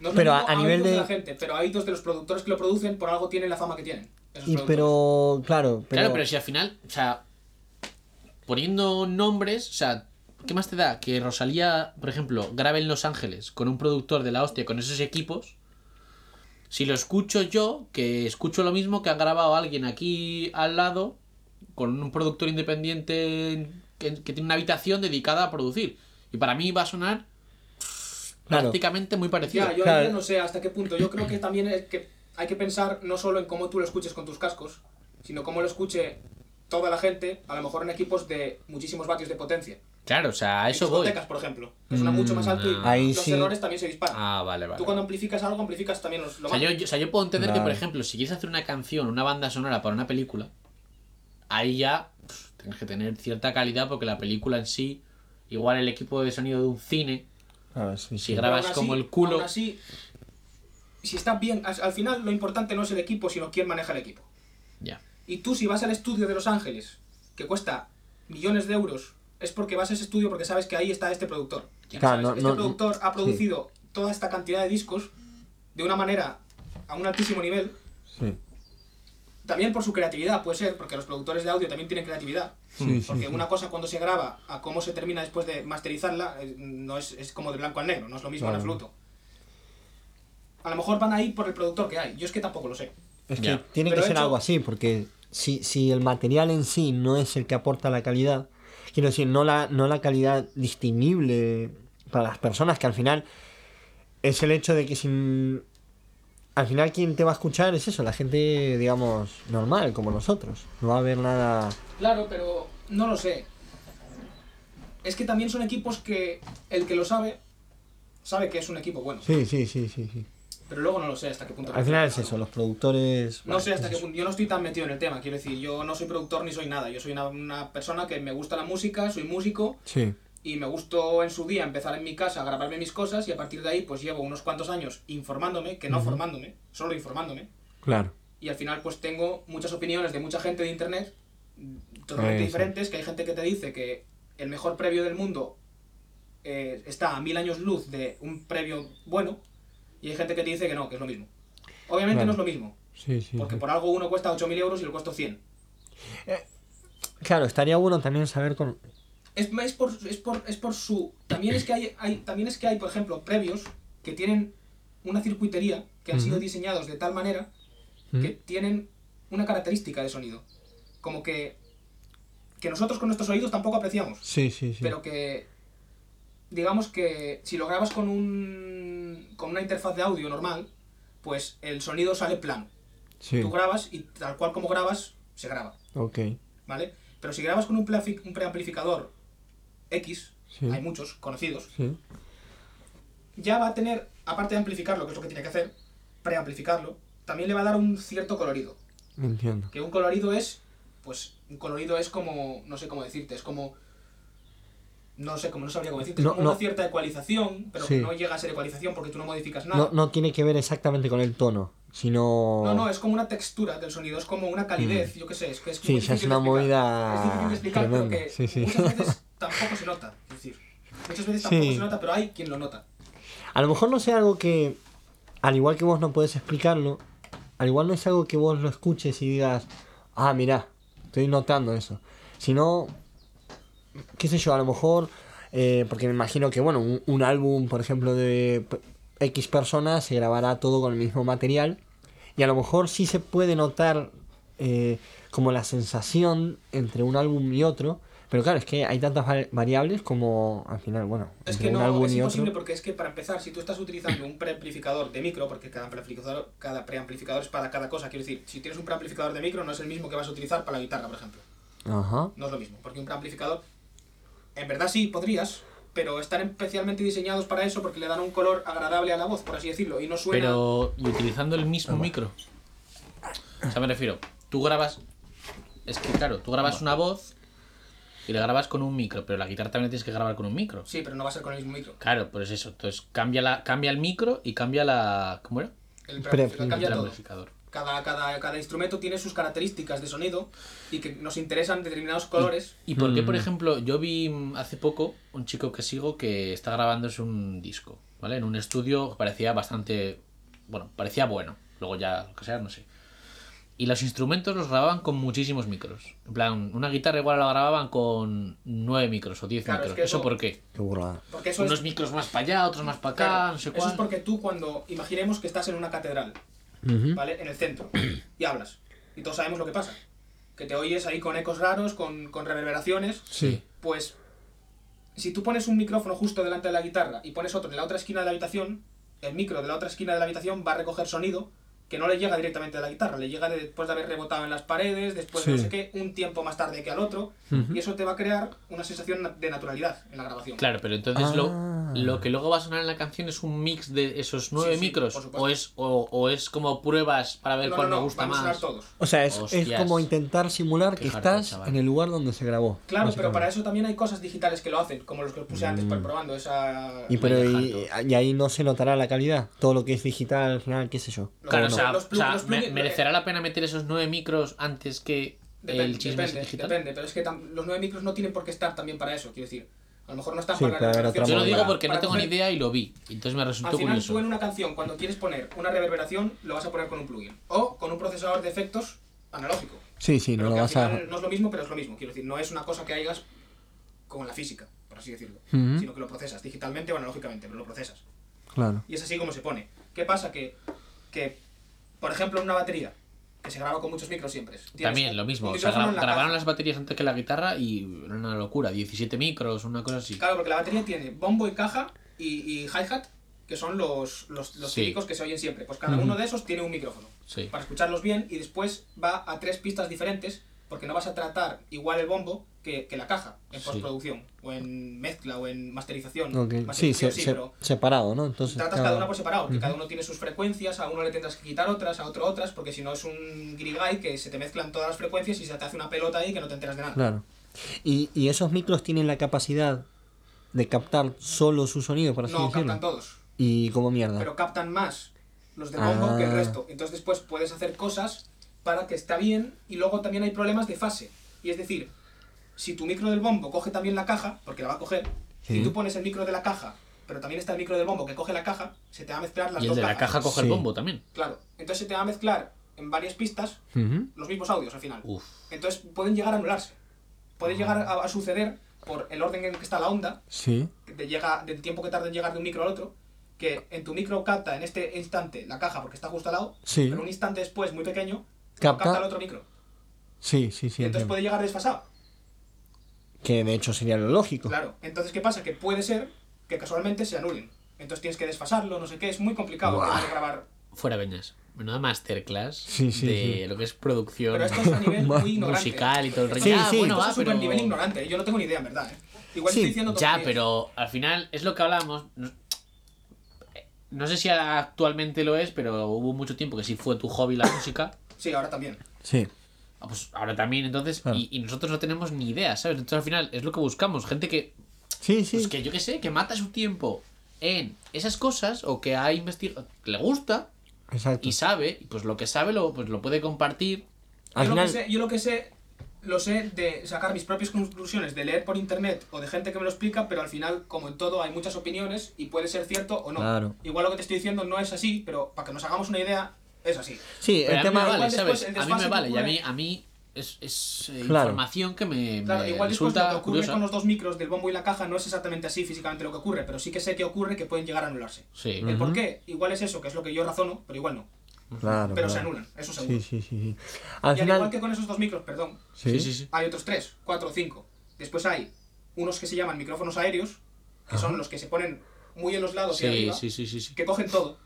No es Pero lo a- mismo a oídos nivel de- la gente, pero a oídos de los productores que lo producen por algo tienen la fama que tienen. esos Y productores. pero, claro, pero... Claro, pero si al final, o sea, poniendo nombres, o sea, ¿qué más te da? Que Rosalía, por ejemplo, grabe en Los Ángeles con un productor de la hostia, con esos equipos. Si lo escucho yo, que escucho lo mismo que ha grabado alguien aquí al lado, con un productor independiente que, que tiene una habitación dedicada a producir. Y para mí va a sonar Claro. prácticamente muy parecido. Ya, yo Claro. ahí no sé hasta qué punto. Yo creo que también es que hay que pensar no solo en cómo tú lo escuches con tus cascos, sino cómo lo escuche toda la gente, a lo mejor en equipos de muchísimos vatios de potencia. Claro, o sea, a eso voy. Mm, discotecas, por ejemplo. Que suena mucho más alto y Ahí los sí. errores también se disparan. Ah, vale, vale. Tú cuando amplificas algo, amplificas también los, lo O sea, yo, más. yo- o sea, yo puedo entender que, por Vale. ejemplo, si quieres hacer una canción, una banda sonora para una película, ahí ya pf, tienes que tener cierta calidad porque la película en sí, igual el equipo de sonido de un cine, A ver, sí, si sí. Pero aún grabas así- como el culo, aún así, si está bien, al al final lo importante no es el equipo, sino quién maneja el equipo. ya. Y tú si vas al estudio de Los Ángeles, que cuesta millones de euros, es porque vas a ese estudio porque sabes que ahí está este productor. Claro, ¿Sabes? no- este no- productor ha sí. producido toda esta cantidad de discos de una manera a un altísimo nivel, Sí. también por su creatividad puede ser, porque los productores de audio también tienen creatividad. Sí, sí, porque sí. una cosa cuando se graba a cómo se termina después de masterizarla eh, no es, es como de blanco al negro, no es lo mismo en Claro. absoluto. A lo mejor van ahí por el productor que hay, yo es que tampoco lo sé. Es que Ya. tiene Pero que ser hecho- algo así, porque si, si el material en sí no es el que aporta la calidad, quiero decir, no la, no la calidad distinguible para las personas, que al final es el hecho de que sin... Al final quien te va a escuchar es eso, la gente, digamos, normal, como nosotros. No va a haber nada... Claro, pero no lo sé. Es que también son equipos que el que lo sabe, sabe que es un equipo bueno. Sí, sí, sí, sí. sí. Pero luego no lo sé hasta qué punto. Al final es eso, los productores... No bueno, sé hasta es qué eso. punto. Yo no estoy tan metido en el tema, quiero decir, yo no soy productor ni soy nada. Yo soy una, una persona que me gusta la música, soy músico Sí. y me gustó en su día empezar en mi casa a grabarme mis cosas y a partir de ahí pues llevo unos cuantos años informándome, que no formándome, solo informándome. Claro. y al final pues tengo muchas opiniones de mucha gente de internet mm, totalmente Ahí, sí. diferentes, que hay gente que te dice que el mejor previo del mundo eh, está a mil años luz de un previo bueno, y hay gente que te dice que no, que es lo mismo. Obviamente Claro. no es lo mismo, Sí, sí. porque por algo uno cuesta 8.000 euros y el cuesta 100. Claro, estaría bueno también saber con. Es, es, por, es, por, es por su... También es, que hay, hay, también es que hay, por ejemplo, previos que tienen una circuitería que han sido diseñados de tal manera ¿Mm? que tienen una característica de sonido. Como que, que nosotros con nuestros oídos tampoco apreciamos. Sí, sí, sí. pero que digamos que si lo grabas con un con una interfaz de audio normal pues el sonido sale plano Sí. tú grabas y tal cual como grabas se graba Ok. vale pero si grabas con un, plafi- un preamplificador X Sí. hay muchos conocidos Sí. ya va a tener aparte de amplificarlo que es lo que tiene que hacer preamplificarlo también le va a dar un cierto colorido Entiendo. Que un colorido es, pues, un colorido es como, no sé cómo decirte, es como, no sé, cómo no sabría cómo decirte, No, es como no. una cierta ecualización, pero Sí. que no llega a ser ecualización porque tú no modificas No, nada. no tiene que ver exactamente con el tono, sino. No, no, es como una textura del sonido, es como una calidez, yo qué sé, es que es Mm. Sí, muy ya es difícil una de explicar. movida Es difícil de explicar, tremenda, pero que sí, sí. muchas veces tampoco se nota, es decir, muchas veces tampoco Sí. se nota, pero hay quien lo nota. A lo mejor no sea algo que, al igual que vos no podés explicarlo, al igual no es algo que vos lo escuches y digas, ah, mirá, estoy notando eso. Sino, qué sé yo, a lo mejor, eh, porque me imagino que, bueno, un, un álbum, por ejemplo, de p- X personas se grabará todo con el mismo material. Y a lo mejor sí se puede notar eh, como la sensación entre un álbum y otro. Pero claro, es que hay tantas va- variables como al final, bueno, Es entre que un no, álbum es y imposible otro. porque es que para empezar, si tú estás utilizando un preamplificador de micro, porque cada preamplificador, cada preamplificador es para cada cosa, quiero decir, si tienes un preamplificador de micro no es el mismo que vas a utilizar para la guitarra, por ejemplo. Ajá. No es lo mismo, porque un preamplificador, en verdad sí, podrías, pero están especialmente diseñados para eso porque le dan un color agradable a la voz, por así decirlo, y no suena... Pero y utilizando el mismo micro. O sea, me refiero, tú grabas. Es que claro, tú grabas una voz y la grabas con un micro, pero la guitarra también la tienes que grabar con un micro. Sí, pero no va a ser con el mismo micro. Claro, pues eso. Entonces cambia, la, cambia el micro y cambia la. ¿Cómo era? El preamplificador preamplificador. cambia El todo. amplificador. Cada, cada, cada instrumento tiene sus características de sonido y que nos interesan determinados colores. ¿Y por qué, por ejemplo, yo vi mm, hace poco un chico que sigo que está grabándose un disco, ¿vale? En un estudio que parecía bastante. Bueno, parecía bueno. Luego ya, lo que sea, no sé. Y los instrumentos los grababan con muchísimos micros. En plan, una guitarra igual la grababan con nueve micros o diez Claro, micros. es que ¿Eso eso- por qué? Qué burrada. Porque eso es- Unos micros más para allá, otros más para acá, Claro, no sé Eso cuál. es porque tú cuando imaginemos que estás en una catedral, ¿Mm? ¿vale? En el centro, y hablas. Y todos sabemos lo que pasa. Que te oyes ahí con ecos raros, con, con reverberaciones. Sí. Pues si tú pones un micrófono justo delante de la guitarra y pones otro en la otra esquina de la habitación, el micro de la otra esquina de la habitación va a recoger sonido que no le llega directamente de la guitarra, le llega de- después de haber rebotado en las paredes, después de no Sí. sé qué, un tiempo más tarde que al otro, y eso te va a crear una sensación na- de naturalidad en la grabación. Claro, pero entonces Ah. lo, lo que luego va a sonar en la canción es un mix de esos nueve sí, micros. por supuesto. O es, o, o es como pruebas para ver No, no, cuál no, me gusta van a sonar más. todos. O sea, es, es Hostias. como intentar simular que Qué hardcore, estás chaval. en el lugar donde se grabó. Claro, pero básicamente. para Mm. eso también hay cosas digitales que lo hacen, como los que os puse antes, para ir probando esa... Y, pero Medio y, y ahí no se notará la calidad. Todo lo que es digital, al final, qué sé yo. los- Claro, los- o sea, los o plug- sea, los me- plugins- ¿merecerá la pena meter esos nueve micros antes que el Depende, chisme ese depende, digital? depende, pero es que tam- los nueve micros no tienen por qué estar también para eso, quiero decir. A lo mejor no están Sí, para puede haber reverberación, otra Yo lo sino digo para- porque no para tengo ni coger- idea y lo vi. Entonces me Al resultó final tú curioso. en una canción, cuando quieres poner una reverberación, lo vas a poner con un plugin. O con un procesador de efectos analógico. Sí, sí, Pero no lo que al vas a. final no es lo mismo, pero es lo mismo. Quiero decir, no es una cosa que hagas con la física, por así decirlo. Ujú. Sino que lo procesas digitalmente o analógicamente, pero lo procesas. Claro. Y es así como se pone. ¿Qué pasa? Que, que por ejemplo, una batería, que se graba con muchos micros siempre. tienes También un- lo mismo. un O sea, micrófono gra- en la grabaron caja. las baterías antes que la guitarra y era una locura. 17 micros, una cosa así. Claro, porque la batería tiene bombo y caja y, y hi-hat, que son los, los, los Sí. típicos que se oyen siempre. Pues cada uno de esos tiene un micrófono. Sí. Para escucharlos bien y después va a tres pistas diferentes, porque no vas a tratar igual el bombo que, que la caja en Sí. postproducción, o en mezcla, o en masterización. Ok. Sí, Masterización se- se- pero- separado, ¿no? Entonces. tratas cada- cada una por separado, porque cada uno tiene sus frecuencias, a uno le tendrás que quitar otras, a otro otras, porque si no es un guirigay que se te mezclan todas las frecuencias y se te hace una pelota ahí que no te enteras de nada. Claro. Y, y esos micros tienen la capacidad de captar solo su sonido, por así no, decirlo. captan todos, Y como Ah. mierda. pero captan más los de bombo que el Ah. resto. Entonces después puedes hacer cosas para que está bien y luego también hay problemas de fase. Y es decir, si tu micro del bombo coge también la caja, porque la va a coger, Si tú pones el micro de la caja, pero también está el micro del bombo que coge la caja, se te va a mezclar las Y el dos de la cajas. caja coge Sí. el bombo también. Claro, entonces se te va a mezclar en varias pistas Ujú. los mismos audios al final. Uf. Entonces pueden llegar a anularse. Puede Ah. llegar a, a suceder por el orden en el que está la onda, Sí. que te llega, del tiempo que tarda en llegar de un micro al otro, que en tu micro capta en este instante la caja porque está justo al lado, Sí. pero un instante después, muy pequeño, Capta. capta, el otro micro. Sí, sí, sí. entonces entiendo. puede llegar desfasado. Que de hecho sería lo lógico. Claro. Entonces, ¿qué pasa? Que puede ser que casualmente se anulen. Entonces tienes que desfasarlo, no sé qué, es muy complicado Buah. tener que grabar. Fuera veñas. Menuda masterclass Sí, sí, de sí. lo que es producción Pero esto es a nivel muy ignorante. musical y todo el rollo. Sí, ya, sí. bueno, Esto va, es súper pero... nivel ignorante, ¿eh? yo no tengo ni idea, en verdad. ¿eh? Igual Sí. estoy diciendo Ya, tonterías. pero al final es lo que hablábamos. No, no sé si actualmente lo es, pero hubo mucho tiempo que sí fue tu hobby la música. Sí, ahora también. Sí. Ah, Pues ahora también, entonces, Claro. y, y nosotros no tenemos ni idea, ¿sabes? Entonces al final es lo que buscamos, gente que, Sí, sí. pues que yo qué sé, que mata su tiempo en esas cosas o que ha investigado, le gusta Exacto. y sabe, y pues lo que sabe lo, pues lo puede compartir. Al yo, final. lo que sé, yo lo que sé, lo sé de sacar mis propias conclusiones, de leer por internet o de gente que me lo explica, pero al final, como en todo, hay muchas opiniones y puede ser cierto o no. Claro. Igual lo que te estoy diciendo no es así, pero para que nos hagamos una idea, es así. Sí, Pero el a mí me tema. vale, igual después ¿sabes? el A mí me desfase vale, y a mí, ocurre- a mí es, es, eh, Claro. información que me, Claro, me igual después lo que resulta ocurre curiosa. con los dos micros del bombo y la caja no es exactamente así físicamente lo que ocurre, pero sí que sé que ocurre que pueden llegar a anularse. Sí. El por qué, igual es eso, que es lo que yo razono, pero igual no. Claro. Pero se claro. anulan, eso seguro. Sí, sí, sí. sí. Al y al igual final. que con esos dos micros, perdón, Sí, sí, sí. hay otros tres, cuatro, cinco. Después hay unos que se llaman micrófonos aéreos, que son los que se ponen muy en los lados y Sí, arriba, sí, sí, sí, sí. que cogen todo.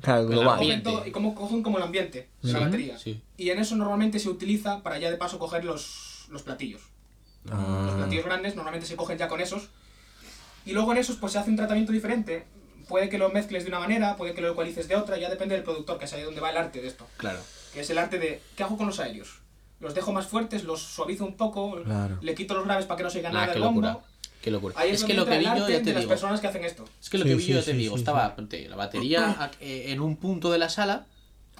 Claro, global. ambiente. Cogen todo y como, cogen como el ambiente, la Sí, batería. sí. Y en eso normalmente se utiliza para ya de paso coger los, los platillos. Los Ah, platillos grandes normalmente se cogen ya con esos. Y luego en esos pues se hace un tratamiento diferente. Puede que lo mezcles de una manera, puede que lo ecualices de otra, ya depende del productor, que sabe dónde va el arte de esto. Claro. Que es el arte de, ¿qué hago con los aéreos? ¿Los dejo más fuertes? ¿Los suavizo un poco? Claro. ¿Le quito los graves para que no se oiga Nah, nada Ah, qué el bombo? locura. Qué locura. Ahí es, que lo donde que vi entra el yo, arte ya de te las digo. personas que hacen esto. Es que lo Sí, que vi yo, sí, ya te sí, digo, sí, estaba ponte, la batería a- eh, en un punto de la sala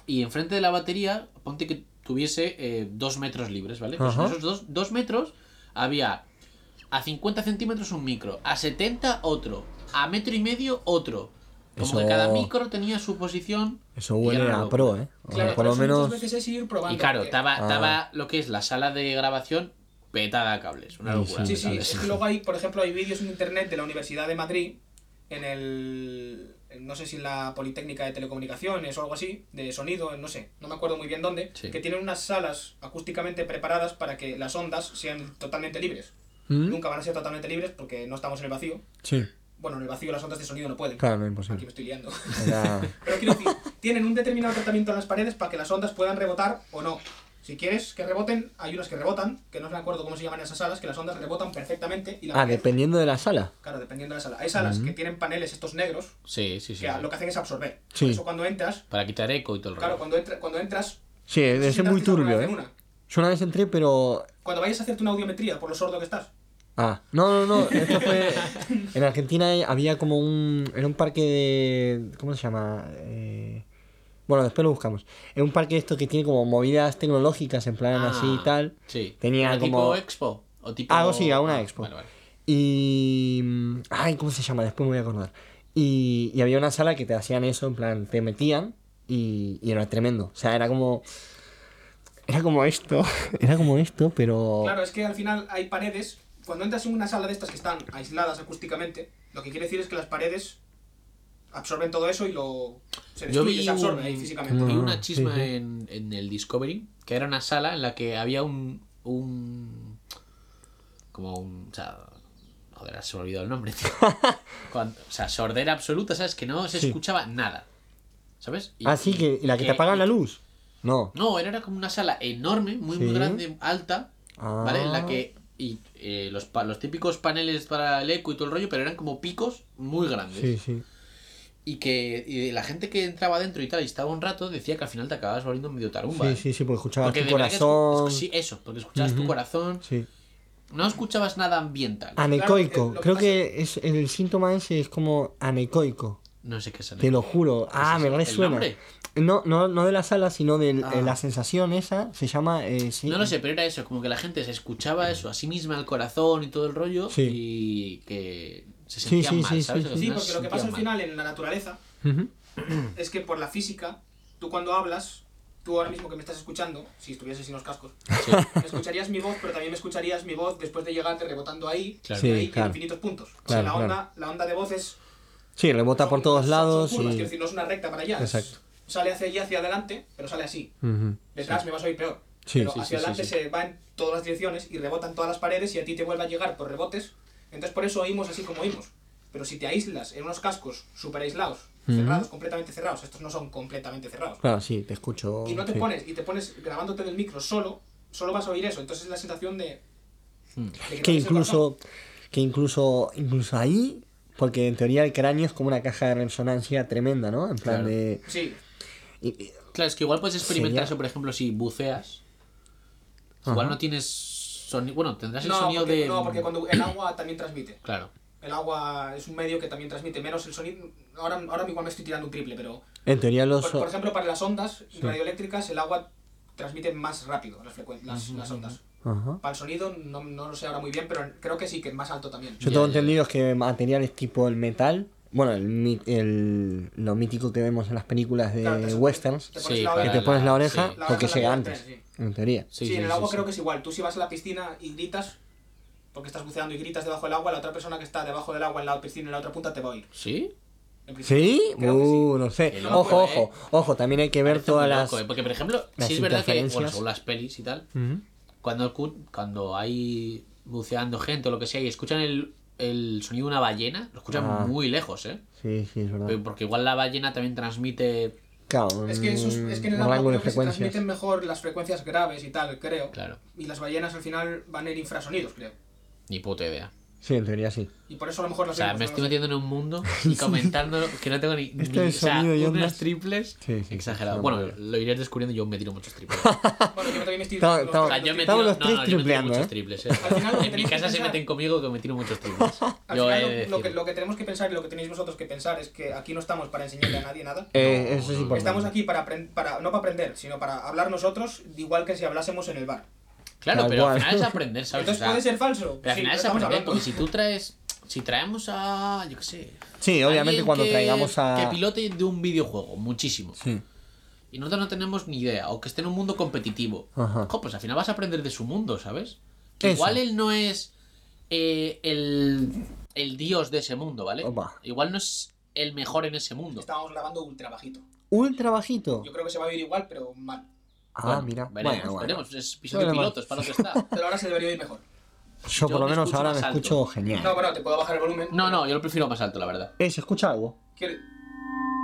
y enfrente de la batería, ponte que tuviese eh, dos metros libres, ¿vale? Pues en Ajá. esos dos, dos metros había a 50 centímetros un micro, a 70 otro, a metro y medio otro. Como Eso- que cada micro tenía su posición. Eso y era huele una a locura. pro, ¿eh? O sea, Claro, por lo pero eso menos. muchas veces es ir probando. Y claro, porque- estaba, Ah. estaba lo que es la sala de grabación petada a cables. Una Sí, locura. Sí, de sí. cables. Es que luego hay, por ejemplo, hay vídeos en internet de la Universidad de Madrid, en el. en No sé si en la Politécnica de Telecomunicaciones o algo así, de sonido, en no sé, no me acuerdo muy bien dónde, Sí. que tienen unas salas acústicamente preparadas para que las ondas sean totalmente libres. ¿Mm? Nunca van a ser totalmente libres porque no estamos en el vacío. Sí. Bueno, en el vacío las ondas de sonido no pueden. Claro, no Aquí pues, me imposible. estoy liando. Era- Pero quiero decir, tienen un determinado tratamiento en las paredes para que las ondas puedan rebotar o no. Si quieres que reboten, hay unas que rebotan, que no me acuerdo cómo se llaman esas salas, que las ondas rebotan perfectamente y la Ah, pared- dependiendo de la sala. Claro, dependiendo de la sala. Hay salas que tienen paneles estos negros, Sí, sí, sí. que a- sí. lo que hacen es absorber. Sí. Por eso cuando entras, Para quitar eco y todo el claro, rollo. cuando, entra- cuando entras... Sí, no sé es si te has muy fijado alguna turbio, vez en ¿eh? una. Yo una vez entré, pero Cuando vayas a hacerte una audiometría, por lo sordo que estás. Ah, no, no, no, esto fue... En Argentina eh, había como un... Era un parque de... ¿Cómo se llama? Eh, Bueno, después lo buscamos. Es un parque esto que tiene como movidas tecnológicas en plan así y Ah, tal. Sí. Tenía ¿Pero como- Tipo expo. O tipo... Ah, Algo sí, a una expo. Vale, vale. Y... mm, Ay, ¿cómo se llama? Después me voy a acordar. Y, y había una sala que te hacían eso, en plan, te metían y, y era tremendo. O sea, era como... Era como esto, era como esto, pero... Claro, es que al final hay paredes. Cuando entras en una sala de estas que están aisladas acústicamente, lo que quiere decir es que las paredes absorben todo eso y lo se Yo destruye, vi, se absorbe un- ahí físicamente. vi Mm. una chisma Sí, sí. En, en el Discovery, que era una sala en la que había un... un como un... O sea, joder, se me ha olvidado el nombre. tío. Cuando- o sea, sordera absoluta, ¿sabes? Que no se Sí. escuchaba nada. ¿Sabes? Y- Así Ah, que... ¿Y la que te apagan y- la luz? No. No, era, era como una sala enorme, muy, muy Sí. grande, alta, ¿vale? En la Ah. que... Y eh, los, pa- los típicos paneles para el eco y todo el rollo, pero eran como picos muy grandes. Ah. Sí, sí. Y que y la gente que entraba dentro y tal y estaba un rato decía que al final te acababas volviendo medio tarumba. Sí, ¿eh? sí, sí, porque escuchabas Porque tu de verdad que escu- corazón. escu- sí, eso, porque escuchabas tu Ujú. corazón. sí. No Ah, escuchabas nada ambiental. Anecoico. Claro, eh, lo que Creo pasa- que es, el síntoma ese es como anecoico. No sé qué sale. Te lo juro. Ah, es me el resuena. nombre? No, no, no de la sala, sino de Ah. eh, la sensación esa. Se llama. eh, sí, No lo sé, pero era eso, como que la gente se escuchaba eso a sí misma, al corazón y todo el rollo, Sí. y que se Sí, sentían sí, mal, sí, ¿sabes? sí, Al Sí, final porque se lo que pasa al sentían mal. final en la naturaleza Ujú. es que por la física, tú cuando hablas, tú ahora mismo que me estás escuchando, si estuvieses sin los cascos, me escucharías mi voz, pero también me escucharías mi voz después de llegarte rebotando ahí, Claro. y Sí, ahí en claro. infinitos puntos. O sea, Claro, la, claro. onda, la onda de voz es Sí, rebota por son- todos son- lados. Son curvas, y- quiero decir, no es una recta para allá. es- Exacto. sale hacia allá, hacia adelante, pero sale así. Ujú. Detrás me vas a oír peor. Sí, pero sí, hacia sí, sí, adelante sí. se va en todas las direcciones y rebotan todas las paredes y a ti te vuelve a llegar por rebotes. Entonces por eso oímos así como oímos. Pero si te aíslas en unos cascos super aislados, cerrados, completamente cerrados, estos no son completamente cerrados, Claro, sí, te escucho. y no te sí. pones, y te pones grabándote del micro solo, solo vas a oír eso. Entonces es la sensación de... de te Hmm. Que rompes el corazón. incluso, que incluso, incluso ahí, porque en teoría el cráneo es como una caja de resonancia tremenda, ¿no? En plan Claro. de. Sí, y- y- Claro, es que igual puedes experimentar Sería- eso, por ejemplo, si buceas. Igual Ajá. no tienes sonido. Bueno, tendrás el no sonido porque, de. no, porque cuando el agua también transmite. Claro. El agua es un medio que también transmite menos el sonido. Ahora, ahora igual me estoy tirando un triple, pero. en teoría los. Por, por ejemplo, para las ondas radioeléctricas, el agua transmite más rápido las, frecuen- las, las ondas. Ajá. Para el sonido, no, no lo sé ahora muy bien, pero creo que sí, que es más alto también. Yo Ya, tengo ya, entendido es que materiales tipo el metal, bueno, el, mi- el- lo mítico que vemos en las películas de Claro, te- westerns, te que pones Sí, la para oreja- te pones la oreja sí. La porque oreja llega la antes, tienes, en teoría. Sí, en el agua creo que es igual. Tú si vas a la piscina y gritas, porque estás buceando y gritas debajo del agua, la otra persona que está debajo del agua en la piscina en la otra punta te va a oír. ¿Sí? En principio. ¿Sí? Creo que eh. sí. Uh, no sé. Qué ojo, loco, ojo, ojo, también hay que ver Parece todas muy las... loco, ¿eh? Porque, por ejemplo, las sí es verdad que. Bueno, interferencias. según las pelis y tal. Ujú. Cuando, cu- cuando hay buceando gente o lo que sea y escuchan el, el sonido de una ballena, lo escuchan Ah. muy lejos, ¿eh? Sí, sí, es verdad. Porque igual la ballena también transmite. Claro, mm, Es que, en sus- es que en el un agua rango de creo que se frecuencias. transmiten mejor las frecuencias graves y tal, creo. Claro. Y las ballenas al final van en infrasonidos, creo. Ni puta idea. Sí, en teoría sí. Y por eso a lo mejor O las sea, vemos, me no estoy lo sé. metiendo en un mundo y comentando que no tengo ni. Esto ni- de o sea, Este sonido y unas ondas. triples. Sí, sí, exagerado. sí, bueno, sí. lo iré descubriendo. Yo me tiro muchos triples. Bueno, yo también me estoy Estaba- los estaba- O sea, tres- yo me Estamos tiro, los no, tres no, yo me tiro tripleando, muchos ¿eh? triples. ¿eh? final lo que en mi tenéis que casa se pensar- meten conmigo que me tiro muchos triples. Al Yo he final, de lo, lo que, decir. lo que tenemos que pensar y lo que tenéis vosotros que pensar es que aquí no estamos para enseñarle a nadie nada. Eh, No, eso es no, importante. Estamos aquí para, apren- para no para aprender, sino para hablar nosotros, igual que si hablásemos en el bar. Claro, Tal pero al cual. final es aprender, ¿sabes? O Entonces sea, puede ser falso. pero al Sí, final pero es estamos aprender, hablando. porque si tú traes. Si traemos a. Yo qué sé. Sí, obviamente alguien cuando que- traigamos a... Que pilote de un videojuego, muchísimo. Sí. y nosotros no tenemos ni idea, o que esté en un mundo competitivo. Ajá. Jo, pues al final vas a aprender de su mundo, ¿sabes? Que Eso. igual él no es eh, el, el dios de ese mundo, ¿vale? Opa. Igual no es el mejor en ese mundo. Estábamos grabando ultra bajito. Ultra bajito. Yo creo que se va a oír igual, pero mal. Ah, Bueno, mira. Veremos, Bueno, bueno. veremos. Es episodio Bueno, pilotos, para lo que está. Pero ahora se debería oír mejor. Yo Yo por lo me menos escucho ahora me más alto. escucho genial. No, bueno, te puedo bajar el volumen. No, no, yo lo prefiero más alto, la verdad. Eh, ¿se escucha algo? Quiero-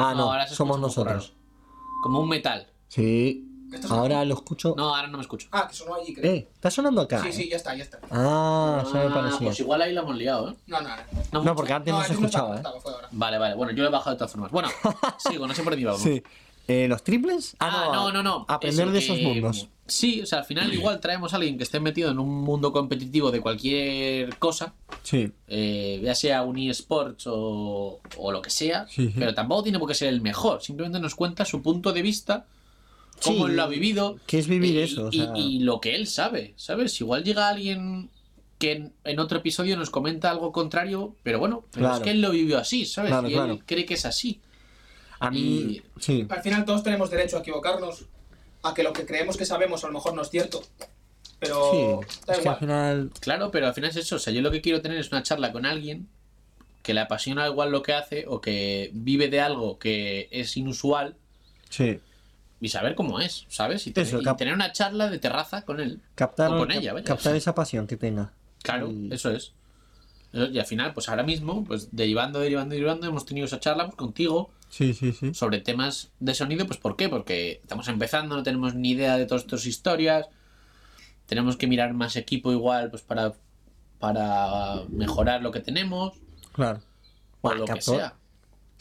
Ah, no, ahora se escucha somos un poco nosotros. raro. Como un metal. Sí. Esto es- Ahora lo escucho. No, ahora no me escucho. Ah, que sonó allí, creo. Eh, está sonando acá. sí, eh. sí, ya está, ya está. Ah, ya me Ah, parecía. pues igual ahí la hemos liado, ¿eh? No, no, no. No, mucho. porque antes no, se antes estaba, escuchaba, no ¿eh? estaba, fue ahora. Vale, vale, bueno, yo lo he bajado de todas formas. Bueno, sigo, no sé por dónde íbamos. Sí. Eh, ¿Los triples? Ah, no, no, no. Aprender Eso, de esos que- mundos. Sí, o sea, al final igual traemos a alguien que esté metido en un mundo competitivo de cualquier cosa, Sí. eh, ya sea un eSports o, o lo que sea, Sí, sí. pero tampoco tiene por qué ser el mejor, simplemente nos cuenta su punto de vista, cómo Sí, él lo ha vivido. ¿Qué es vivir y, eso? O y- sea, y lo que él sabe, ¿sabes? Igual llega alguien que en, en otro episodio nos comenta algo contrario, pero bueno, pero es Claro. que él lo vivió así, ¿sabes? Claro, y claro. él cree que es así. a mí. Sí. Al final todos tenemos derecho a equivocarnos, a que lo que creemos que sabemos a lo mejor no es cierto. Pero Sí. da Es que al igual. final. Claro, pero al final es eso. O sea, yo lo que quiero tener es una charla con alguien que le apasiona igual lo que hace o que vive de algo que es inusual Sí. y saber cómo es, ¿sabes? Y, tener- Eso, y cap- tener una charla de terraza con él. Captar, O con cap- ella, vaya, captar sí. esa pasión que tenga. Claro, Y- eso es. Eso- Y al final, pues ahora mismo, pues derivando, derivando, derivando, hemos tenido esa charla pues, contigo Sí, sí, sí. sobre temas de sonido, pues ¿por qué? Porque estamos empezando, no tenemos ni idea de todas estas historias, tenemos que mirar más equipo igual, pues para, para mejorar lo que tenemos, Claro. o Buah, lo que Ah, captor. sea.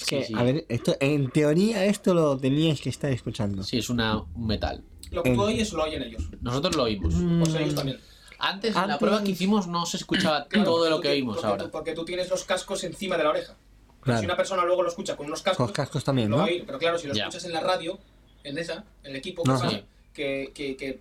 Es que, Sí, sí. a ver, esto, en teoría esto lo teníais que estar escuchando. Sí, es una, un metal. Lo Mm. que tú oyes lo oyen ellos. Nosotros lo oímos. Pues ellos también. Antes, en la Antes- prueba que hicimos no se escuchaba Claro, todo porque lo tú que ti- oímos porque ahora. tú- porque tú tienes los cascos encima de la oreja. Claro. Si una persona luego lo escucha con unos cascos, Con pues cascos también, lo va ¿no? a oír. Pero claro, si lo Ya. escuchas en la radio, en esa, en el equipo, que Ajá. sale, que, que, que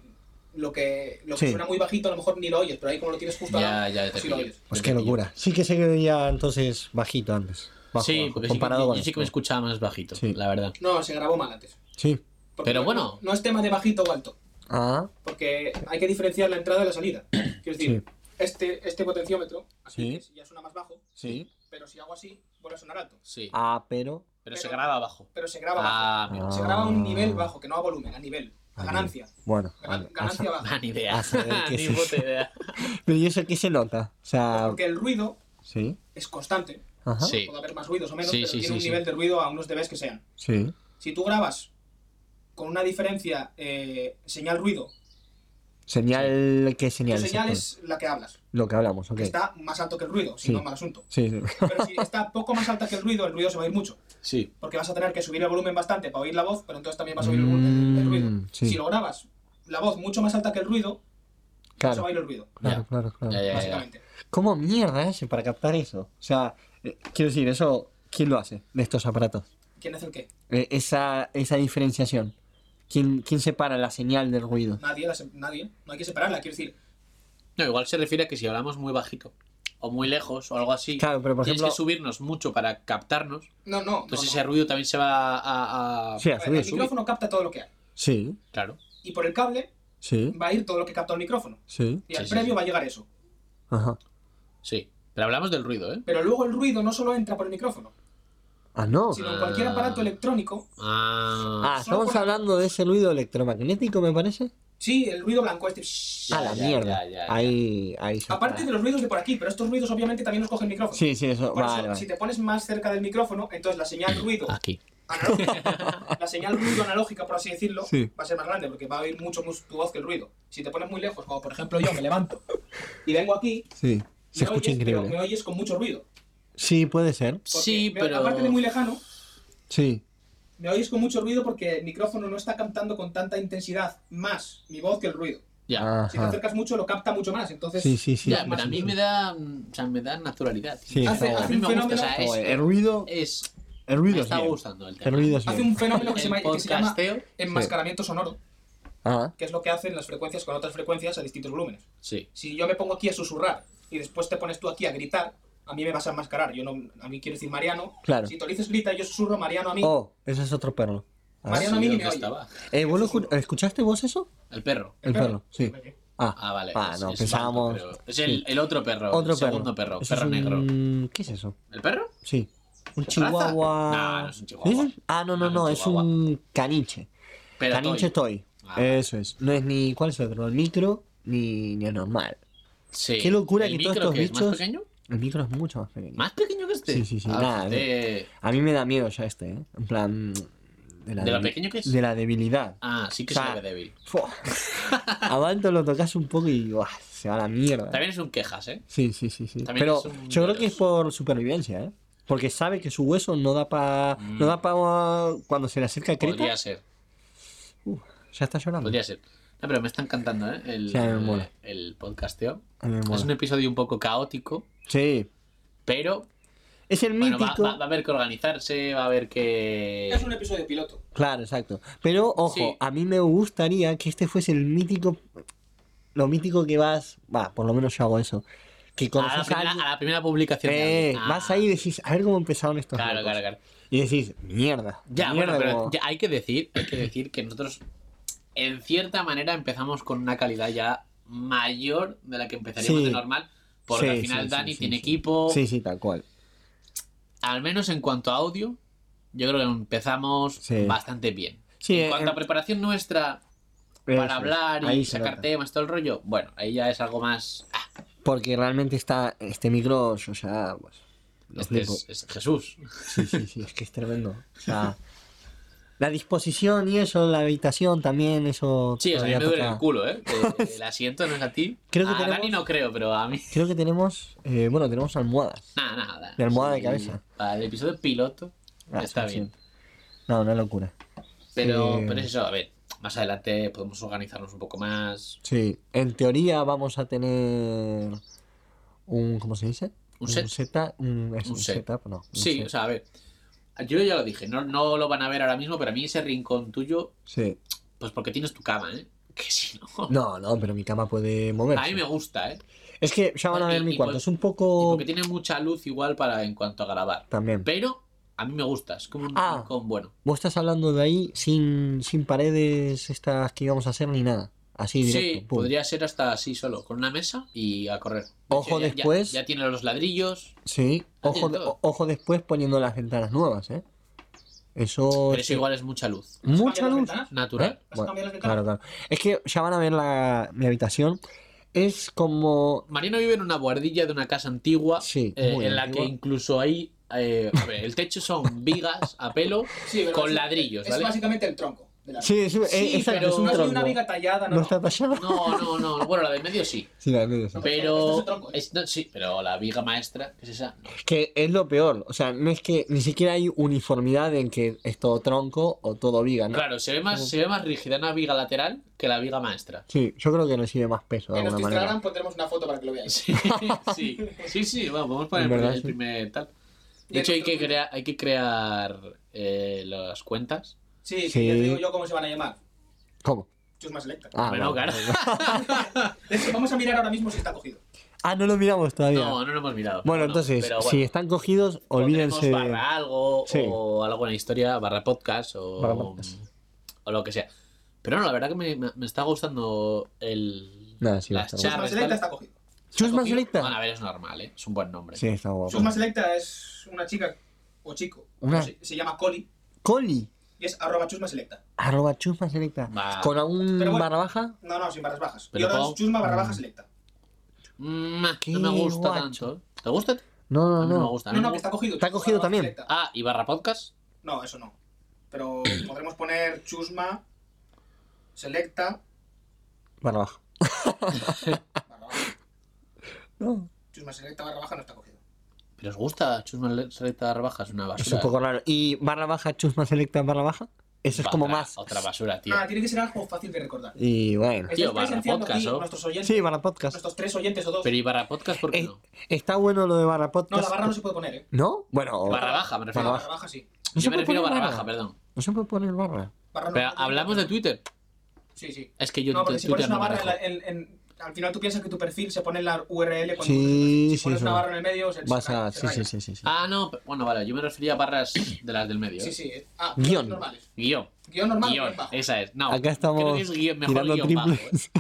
lo que, lo que Sí. suena muy bajito a lo mejor ni lo oyes, pero ahí como lo tienes justo al Ya, lado, ya, te pues sí lo pillo. oyes. Pues Te qué pillo. locura. Sí que se veía entonces bajito antes. bajo, sí, bajo, porque sí que- comparado yo, con yo sí que me esto. escuchaba más bajito, Sí. la verdad. No, se grabó mal antes. Sí. Porque Pero no- bueno. No es tema de bajito o alto, Ah, porque hay que diferenciar la entrada de la salida. Quiero decir, Sí. este, este potenciómetro, aquí Sí. que ya suena más bajo, sí. pero si hago así, vuelve a sonar alto. Sí. Ah, pero. pero se graba abajo. Pero se graba bajo. Ah, mira. Ah. Se graba a un nivel bajo, que no a volumen, a nivel, a Vale. ganancia. Bueno, Gana- vale. Ah, ganancia baja. Ah, ni idea. a saber qué ni es eso. puta idea. Pero ¿y eso qué se nota? O sea, Porque el ruido sí. es constante. Ajá. Sí. Puede haber más ruidos o menos, Sí, pero sí, tiene sí, un sí. nivel de ruido a unos dBs que sean. Sí. Si tú grabas con una diferencia eh, señal-ruido, Señal, ¿qué tu señal? es señal esto? es la que hablas. Lo que hablamos, ok. que Está más alto que el ruido, si Sí. no, mal asunto. Sí, sí. Pero si está poco más alta que el ruido, el ruido se va a ir mucho. Sí. Porque vas a tener que subir el volumen bastante para oír la voz, pero entonces también vas a oír el, el- el ruido. Mm, sí. Si lo grabas la voz mucho más alta que el ruido, se va Claro, a ir el ruido, claro, claro. claro. Ya, ya, ya. básicamente. ¿Cómo mierda hacen para captar eso? O sea, eh, quiero decir, eso, ¿quién lo hace de estos aparatos? ¿Quién hace el qué? Eh, esa, esa diferenciación. ¿Quién, ¿Quién separa la señal del ruido? Nadie, la se- nadie. No hay que separarla. Quiero decir, No, igual se refiere a que si hablamos muy bajito o muy lejos o algo así, Claro, pero por tienes ejemplo. que subirnos mucho para captarnos. no, no. Entonces no, ese no. ruido también Pues se va a. a- Sí, A a ver, el subir. micrófono capta todo lo que hay. Sí, Claro. Y por el cable sí, va a ir todo lo que capta el micrófono. sí. Y al Sí, sí, premio sí. va a llegar eso. Ajá. Sí. Pero hablamos del ruido, ¿eh? Pero luego el ruido no solo entra por el micrófono, Ah, no. sino en cualquier Ah. aparato electrónico. Ah. Ah, estamos hablando de ese ruido electromagnético, me parece. Sí, el ruido blanco este. shhh. Ya, ah, la ya, mierda. ya, ya, ya. Ahí, ahí se- Aparte de los ruidos de por aquí, pero estos ruidos obviamente también los coge el micrófono. Sí, sí, eso. Por eso, Vale, si vale. te pones más cerca del micrófono, entonces la señal ruido Aquí. analógica, la señal ruido analógica, por así decirlo, Sí. va a ser más grande porque va a oír mucho más tu voz que el ruido. Si te pones muy lejos, como por ejemplo yo me levanto y vengo aquí, Sí. Se me escucha oyes, pero me increíble. oyes con mucho ruido. Sí, puede ser. Porque Sí, me- pero. Aparte de muy lejano, Sí. me oyes con mucho ruido porque el micrófono no está captando con tanta intensidad más mi voz que el ruido. Ya. Si te Ajá. acercas mucho, lo capta mucho más. Entonces, Sí, sí, sí. ya, sí, pero a sí, mí sí. me da. mm, O sea, me da naturalidad. Sí, Hace- está A hace mí guay. un me gusta. O fenómeno- sea, Está es. guay. Oh, El ruido. es- El me ruido es está bien. gustando el tema. El ruido es hace bien. un fenómeno que, El se, ma- que se llama podcasteo. enmascaramiento sonoro, Ah, que es lo que hacen las frecuencias con otras frecuencias a distintos volúmenes. Sí. Si yo me pongo aquí a susurrar y después te pones tú aquí a gritar, a mí me vas a enmascarar. Yo no, a mí quiero decir Mariano. claro. Si Torices grita y yo susurro Mariano a mí, Oh, ese es otro perro. Ah. Mariano a mí Sí, ni yo me que oye. estaba. Eh, ¿vos lo escu- ¿Escuchaste vos eso? El perro. El perro, sí. Ah, Ah, vale. Ah, es- no, es pensábamos- un perro. Es el, el otro perro. otro el perro. segundo perro. Eso es perro negro. un- ¿Qué es eso? ¿El perro? Sí. Un ¿Raza? chihuahua. No, no es un chihuahua. ¿Es? Ah, no, no, No, no, es es un un caniche. Pero caniche Toy. toy. Ah. Eso es. No es ni cuál es otro, el micro ni, ni el normal. Sí. Qué locura ¿El que todos micro estos qué es? bichos- ¿Más pequeño? El micro es mucho más pequeño. ¿Más pequeño que este? Sí, sí, sí, Ah, nada, de- A mí me da miedo ya este, ¿eh? En plan. De, la ¿De lo debil- pequeño que es? De la debilidad. Ah, sí que O sea, se ve débil. Fua. A Balto lo tocas un poco y ¡buah! se va a la mierda. También es un quejas, ¿eh? Sí, sí, sí, sí. También Pero es un yo creo que virus. es por supervivencia, ¿eh? Porque sabe que su hueso no da para Mm. no da para cuando se le acerca a Creta. Podría ser, Ya está llorando. podría ser. No, pero me está encantando, ¿eh? El, Sí, a mí me mola. el podcasteo. A mí me mola. Es un episodio un poco caótico, Sí. pero Es el bueno, va, mítico. va- va a haber que organizarse, va a haber que... Es un episodio piloto. Claro, exacto. Pero ojo, Sí. a mí me gustaría que este fuese el mítico lo mítico que vas, va, por lo menos yo hago eso. Que A la, conoces a, primera, alguien- a la primera publicación. de Eh, alguien. Ah, vas ahí y decís, a ver cómo empezaron estos Claro, locos. claro, claro. Y decís, mierda. Ya, bueno, mierda, pero como- ya hay que decir, hay que decir que nosotros, en cierta manera, empezamos con una calidad ya mayor de la que empezaríamos Sí. de normal, porque Sí, al final sí, sí, Dani sí, tiene sí. equipo, Sí, sí, tal cual. al menos en cuanto a audio, yo creo que empezamos Sí. bastante bien. Sí, en cuanto eh, a preparación nuestra Eso es. para hablar Ahí y se sacar nota. temas, todo el rollo, bueno, ahí ya es algo más... ah, Porque realmente está este micro, yo ya, pues, lo este flipo. es, es Jesús. Sí, sí, sí, es que es tremendo. O sea, la disposición y eso, la habitación también, eso... Sí, o sea, a mí todavía me duele toca. el culo, ¿eh? Que El asiento no es a ti. Creo que a tenemos- Dani no creo, pero a mí... Creo que tenemos, eh, bueno, tenemos almohadas. Nada, nada. De almohada de Sí, cabeza. Para el episodio piloto Ah, está sí, bien. sí. No, una locura. Pero, Eh, pero es eso, a ver, más adelante podemos organizarnos un poco más. Sí, en teoría vamos a tener un, ¿cómo se dice? Un set. Un setup, un, es Un un set. setup, no. un Sí, set. o sea, a ver. Yo ya lo dije, no, no lo van a ver ahora mismo, pero a mí ese rincón tuyo, Sí. pues porque tienes tu cama, ¿eh? Que si no. No, no, pero mi cama puede moverse. A mí me gusta, ¿eh? Es que ya van a Y- ver mi y cuarto. pues- Es un Y poco. porque tiene mucha luz igual para en cuanto a grabar. También. Pero a mí me gusta, es como un Ah. rincón bueno. Vos estás hablando de ahí sin, sin paredes estas que íbamos a hacer ni nada. Así directo. Sí, pum. podría ser hasta así solo, con una mesa y a correr. Ojo, Ya- ya- después- Pues Ya, tiene los ladrillos. Sí. Ojo, Hacen todo. o- ojo después poniendo las ventanas nuevas, ¿eh? Eso. Pero eso igual es mucha luz. Mucha luz. Natural. ¿Vas a Bueno, cambiar las ventanas? claro, claro. Es que ya van a ver la, mi habitación. Es como. Mariano vive en una guardilla de una casa antigua Sí, eh, muy en la antigua. que incluso hay. eh, a ver, el techo son vigas a pelo Sí, pero con es- ladrillos, Es ¿vale? básicamente el tronco. De la Sí, sí, Sí, es, exacto, pero- es un No es tronco. una viga tallada, no. No está tallado. No, no, no. Bueno, la de medio sí. Sí, la verdad, sí. Esto es Pero. el tronco, ¿eh? es- no, sí, pero la viga maestra, que es esa. no. Que es lo peor. O sea, no es que ni siquiera hay uniformidad en que es todo tronco o todo viga, ¿no? Claro, se ve más, se ve más rígida una viga lateral que la viga maestra. Sí, yo creo que recibe más peso de En alguna nuestro manera. Instagram pondremos una foto para que lo veáis. Sí, sí, sí, sí, vamos, vamos a poner En verdad, el sí. primer tal. Y De hecho, hay que, nuestro- crea- hay que crear eh, las cuentas. Sí, que Sí. ya te digo yo cómo se van a llamar. ¿Cómo? Chusma Selecta. Ah, bueno, vale. claro. De hecho, vamos a mirar ahora mismo si está cogido. Ah, no lo miramos todavía. No, no lo hemos mirado. bueno, No, entonces, pero bueno, si están cogidos, pondremos olvídense. Barra algo, Sí. o algo en la historia, barra podcast, o, Barra podcast. o lo que sea. Pero no, la verdad que me, me- me está gustando el. Nada, sí, va a las estar Chusma charlas. Selecta tal. está cogido. ¿Se ha Chusma cogido? Selecta. Bueno, a ver, es normal, ¿eh? Es un buen nombre. Sí, está guapo. Chusma Selecta es una chica o chico. Una- no sé, Se llama Coli Coli. y es arroba Chusma Selecta. Arroba chusma selecta. Va. Con algún Pero bueno. barra baja. No, no, sin barras bajas. Pero y ahora Pau- es Chusma barra baja Selecta. Mm, Qué no me gusta guacho. tanto. ¿eh? ¿Te gusta? A mí No, no, No, no. me gusta. a mí No, no, me que gusta. está cogido. Está Chusma cogido barra baja también. Selecta. Ah, y barra podcast. No, eso no. Pero podremos poner Chusma Selecta Barra baja. barra baja. No. Chusma Selecta barra baja no está cogido. Pero os gusta Chusma Selecta barra baja, es una basura. Es un poco raro. ¿Y barra baja, chusma selecta, barra baja? Eso es Otra- como más. Otra basura, tío. Ah, tiene que ser algo fácil de recordar. Y bueno. Tío, Estáis barra presenciando podcast, aquí ¿o? nuestros oyentes, Sí, barra podcast. nuestros tres oyentes o dos. Pero y barra podcast, ¿por qué Eh, no? Está bueno lo de barra No, podcast. la barra no se puede poner, ¿eh? ¿No? Bueno. Barra baja, me refiero. Barra baja sí. No se Yo me puede refiero a poner barra barra. baja, perdón. No se puede poner barra. Barra no Pero se puede hablamos poner. de Twitter. Sí, sí. Es que yo No, porque en si pones Twitter una no me barra en, la- manejo. en- en- al final tú piensas que tu perfil se pone en la URL cuando Sí, si sí, pones eso. una barra en el medio se, se Vas raya, a. se Sí, raya. sí, sí, sí. sí. Ah, no, pe- bueno, vale, yo me refería a barras de las del medio. Sí, ¿eh? sí, eh. Ah, Guión. guión normales. Guión. Guión normal, Guión, guión bajo. esa es. No, Acá estamos creo que es guión, mejor tirando guión bajo, ¿eh? triples.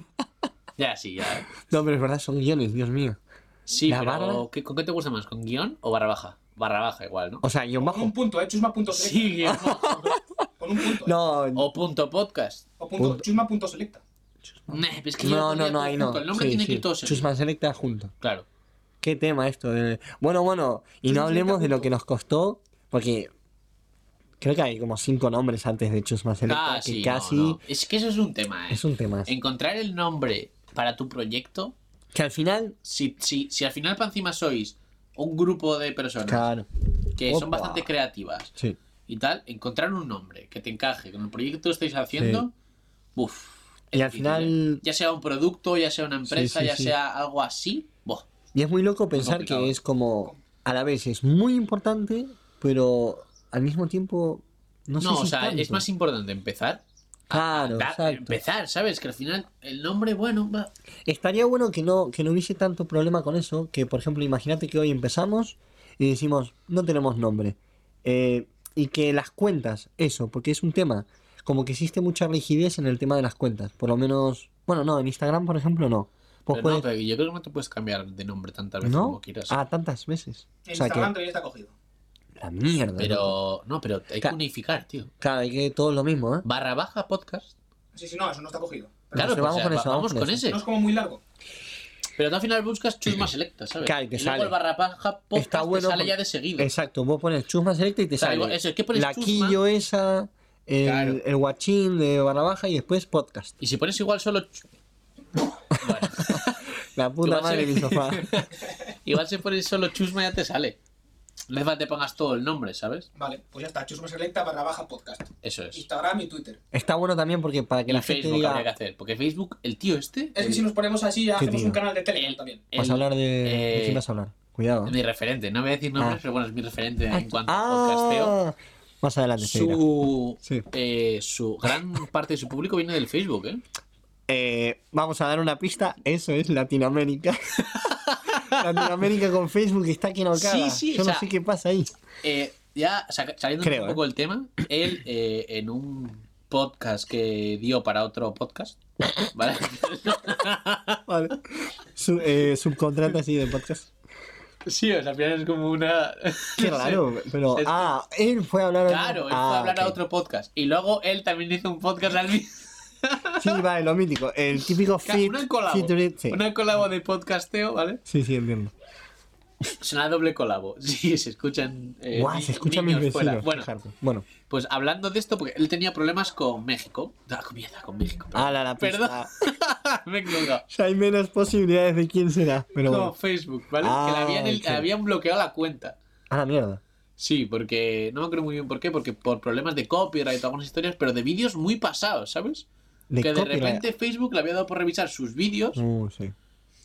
Ya, sí, ya. no, pero es verdad, son guiones, Dios mío. Sí, ¿La pero barra? ¿qué- ¿con qué te gusta más? ¿Con guión o barra baja? Barra baja igual, ¿no? O sea, guión Con bajo. un punto, ¿eh? Chusma punto selecta. Sí, guión bajo. Con un punto. ¿eh? No, O punto podcast. O punto, Punto. Chusma punto selecta. Nah, es que yo no, le no, pondría no, ahí punto. no. El nombre Sí, tiene sí. que ir todo seguido. Chusman Selecta junto. Claro. Qué tema esto. de- Bueno, bueno, y no Chusman hablemos de Selecta lo que nos costó, porque creo que hay como cinco nombres antes de Chusman Selecta, Ah, que sí, no, casi no. Es que eso es un tema, ¿eh? es un tema. Encontrar el nombre para tu proyecto. Que al final, Si, si, si al final para encima sois un grupo de personas claro, que son Opa. bastante creativas sí. y tal, encontrar un nombre que te encaje con el proyecto que estáis haciendo, buf, Y es al difícil, final- ¿eh? Ya sea un producto, ya sea una empresa, sí, ya sí. sea algo así, buah, Y es muy loco pensar complicado. que es como, a la vez es muy importante, pero al mismo tiempo, no No, sé si o sea, tanto. es más Ah, importante empezar. Claro, da- exacto. empezar, ¿sabes? Que al final el nombre, bueno, va. Estaría bueno que no, que no hubiese tanto problema con eso, que por ejemplo, imagínate que hoy empezamos y decimos, no tenemos nombre. Eh, y que las cuentas, eso, porque es un tema, como que existe mucha rigidez en el tema de las cuentas, por lo menos, bueno, no, en Instagram, por ejemplo, no. Vos Pero no, puedes- pero yo creo que no te puedes cambiar de nombre tantas veces ¿No? como quieras. Ah, tantas veces. En o sea Instagram que, todavía está cogido. la mierda. ¿no? pero no, pero hay que Ca- unificar, tío. Claro, hay que todo lo mismo, ¿eh? Barra baja podcast. Sí, sí, no, eso no está cogido. Pero Claro, sí, pues, vamos o sea, con va- eso, vamos con ese. No es como muy largo. Pero tú al final buscas chusma selecta, ¿sabes? Claro, y te y luego sale. el barra baja podcast Está bueno te sale porque- ya de seguido. Exacto, vos pones chusma selecta y te Claro, sale eso, es que pones la chusma- quillo esa, el, Claro. el guachín de barra baja y después podcast. Y si pones igual solo. ch- Bueno, La Lo va puta a madre ser- mi sofá. igual si pones solo chusma ya te sale. No hace falta que pongas todo el nombre, ¿sabes? Vale, pues ya está. Chusma selecta barra baja podcast. Eso Pues es. Instagram y Twitter. Está bueno también porque para que Y la gente Facebook diga. habría que hacer. Porque Facebook, el tío este. Es que si nos ponemos así ya ¿Qué hacemos tío? un canal de Telegram también. Pues el- Vas a hablar de. ¿De eh, quién vas a hablar? Cuidado. mi referente. No voy a decir nombres, Ah. pero bueno, es mi referente en cuanto a podcasteo. Ah, más adelante se dirá. Su, Sí. eh, su gran parte de su público viene del Facebook, ¿eh? Eh, vamos a dar una pista. Eso es Latinoamérica. Latinoamérica con Facebook está aquí no Sí, sí, Yo o no sea- sé qué pasa ahí. Eh, ya saca- saliendo Creo, ¿eh? un poco del tema, él eh, en un podcast que dio para otro podcast, ¿vale? Vale. Su- eh, subcontrata así de podcast. sí, o sea, al final es como una... Qué no sé. raro, pero. Es- Ah, él fue a hablar a Claro, él fue a Ah, hablar a ok. otro podcast. Y luego él también hizo un podcast al mismo. Sí, vale, lo mítico. El típico fit. Una colabo. featuring- sí. Una colabo de podcasteo, ¿ale? sí, sí, entiendo. Es una doble colabo. Sí, se escuchan. eh, Guau, ni- se escuchan mis niños fuera. vecinos. Bueno, fíjate. bueno. pues hablando de esto, porque él tenía problemas con México. Da comida con México. Ah, la, la pista. Perdón. Me he equivocado. Ya hay menos posibilidades de quién será, pero Como bueno. Facebook, ¿vale? Ah, que le habían, el- ok. habían bloqueado la cuenta. Ah, la mierda. Sí, porque no me acuerdo muy bien por qué, porque por problemas de copyright o algunas historias, pero de vídeos muy pasados, ¿sabes? De que copyright. de repente Facebook le había dado por revisar sus vídeos Uh, sí.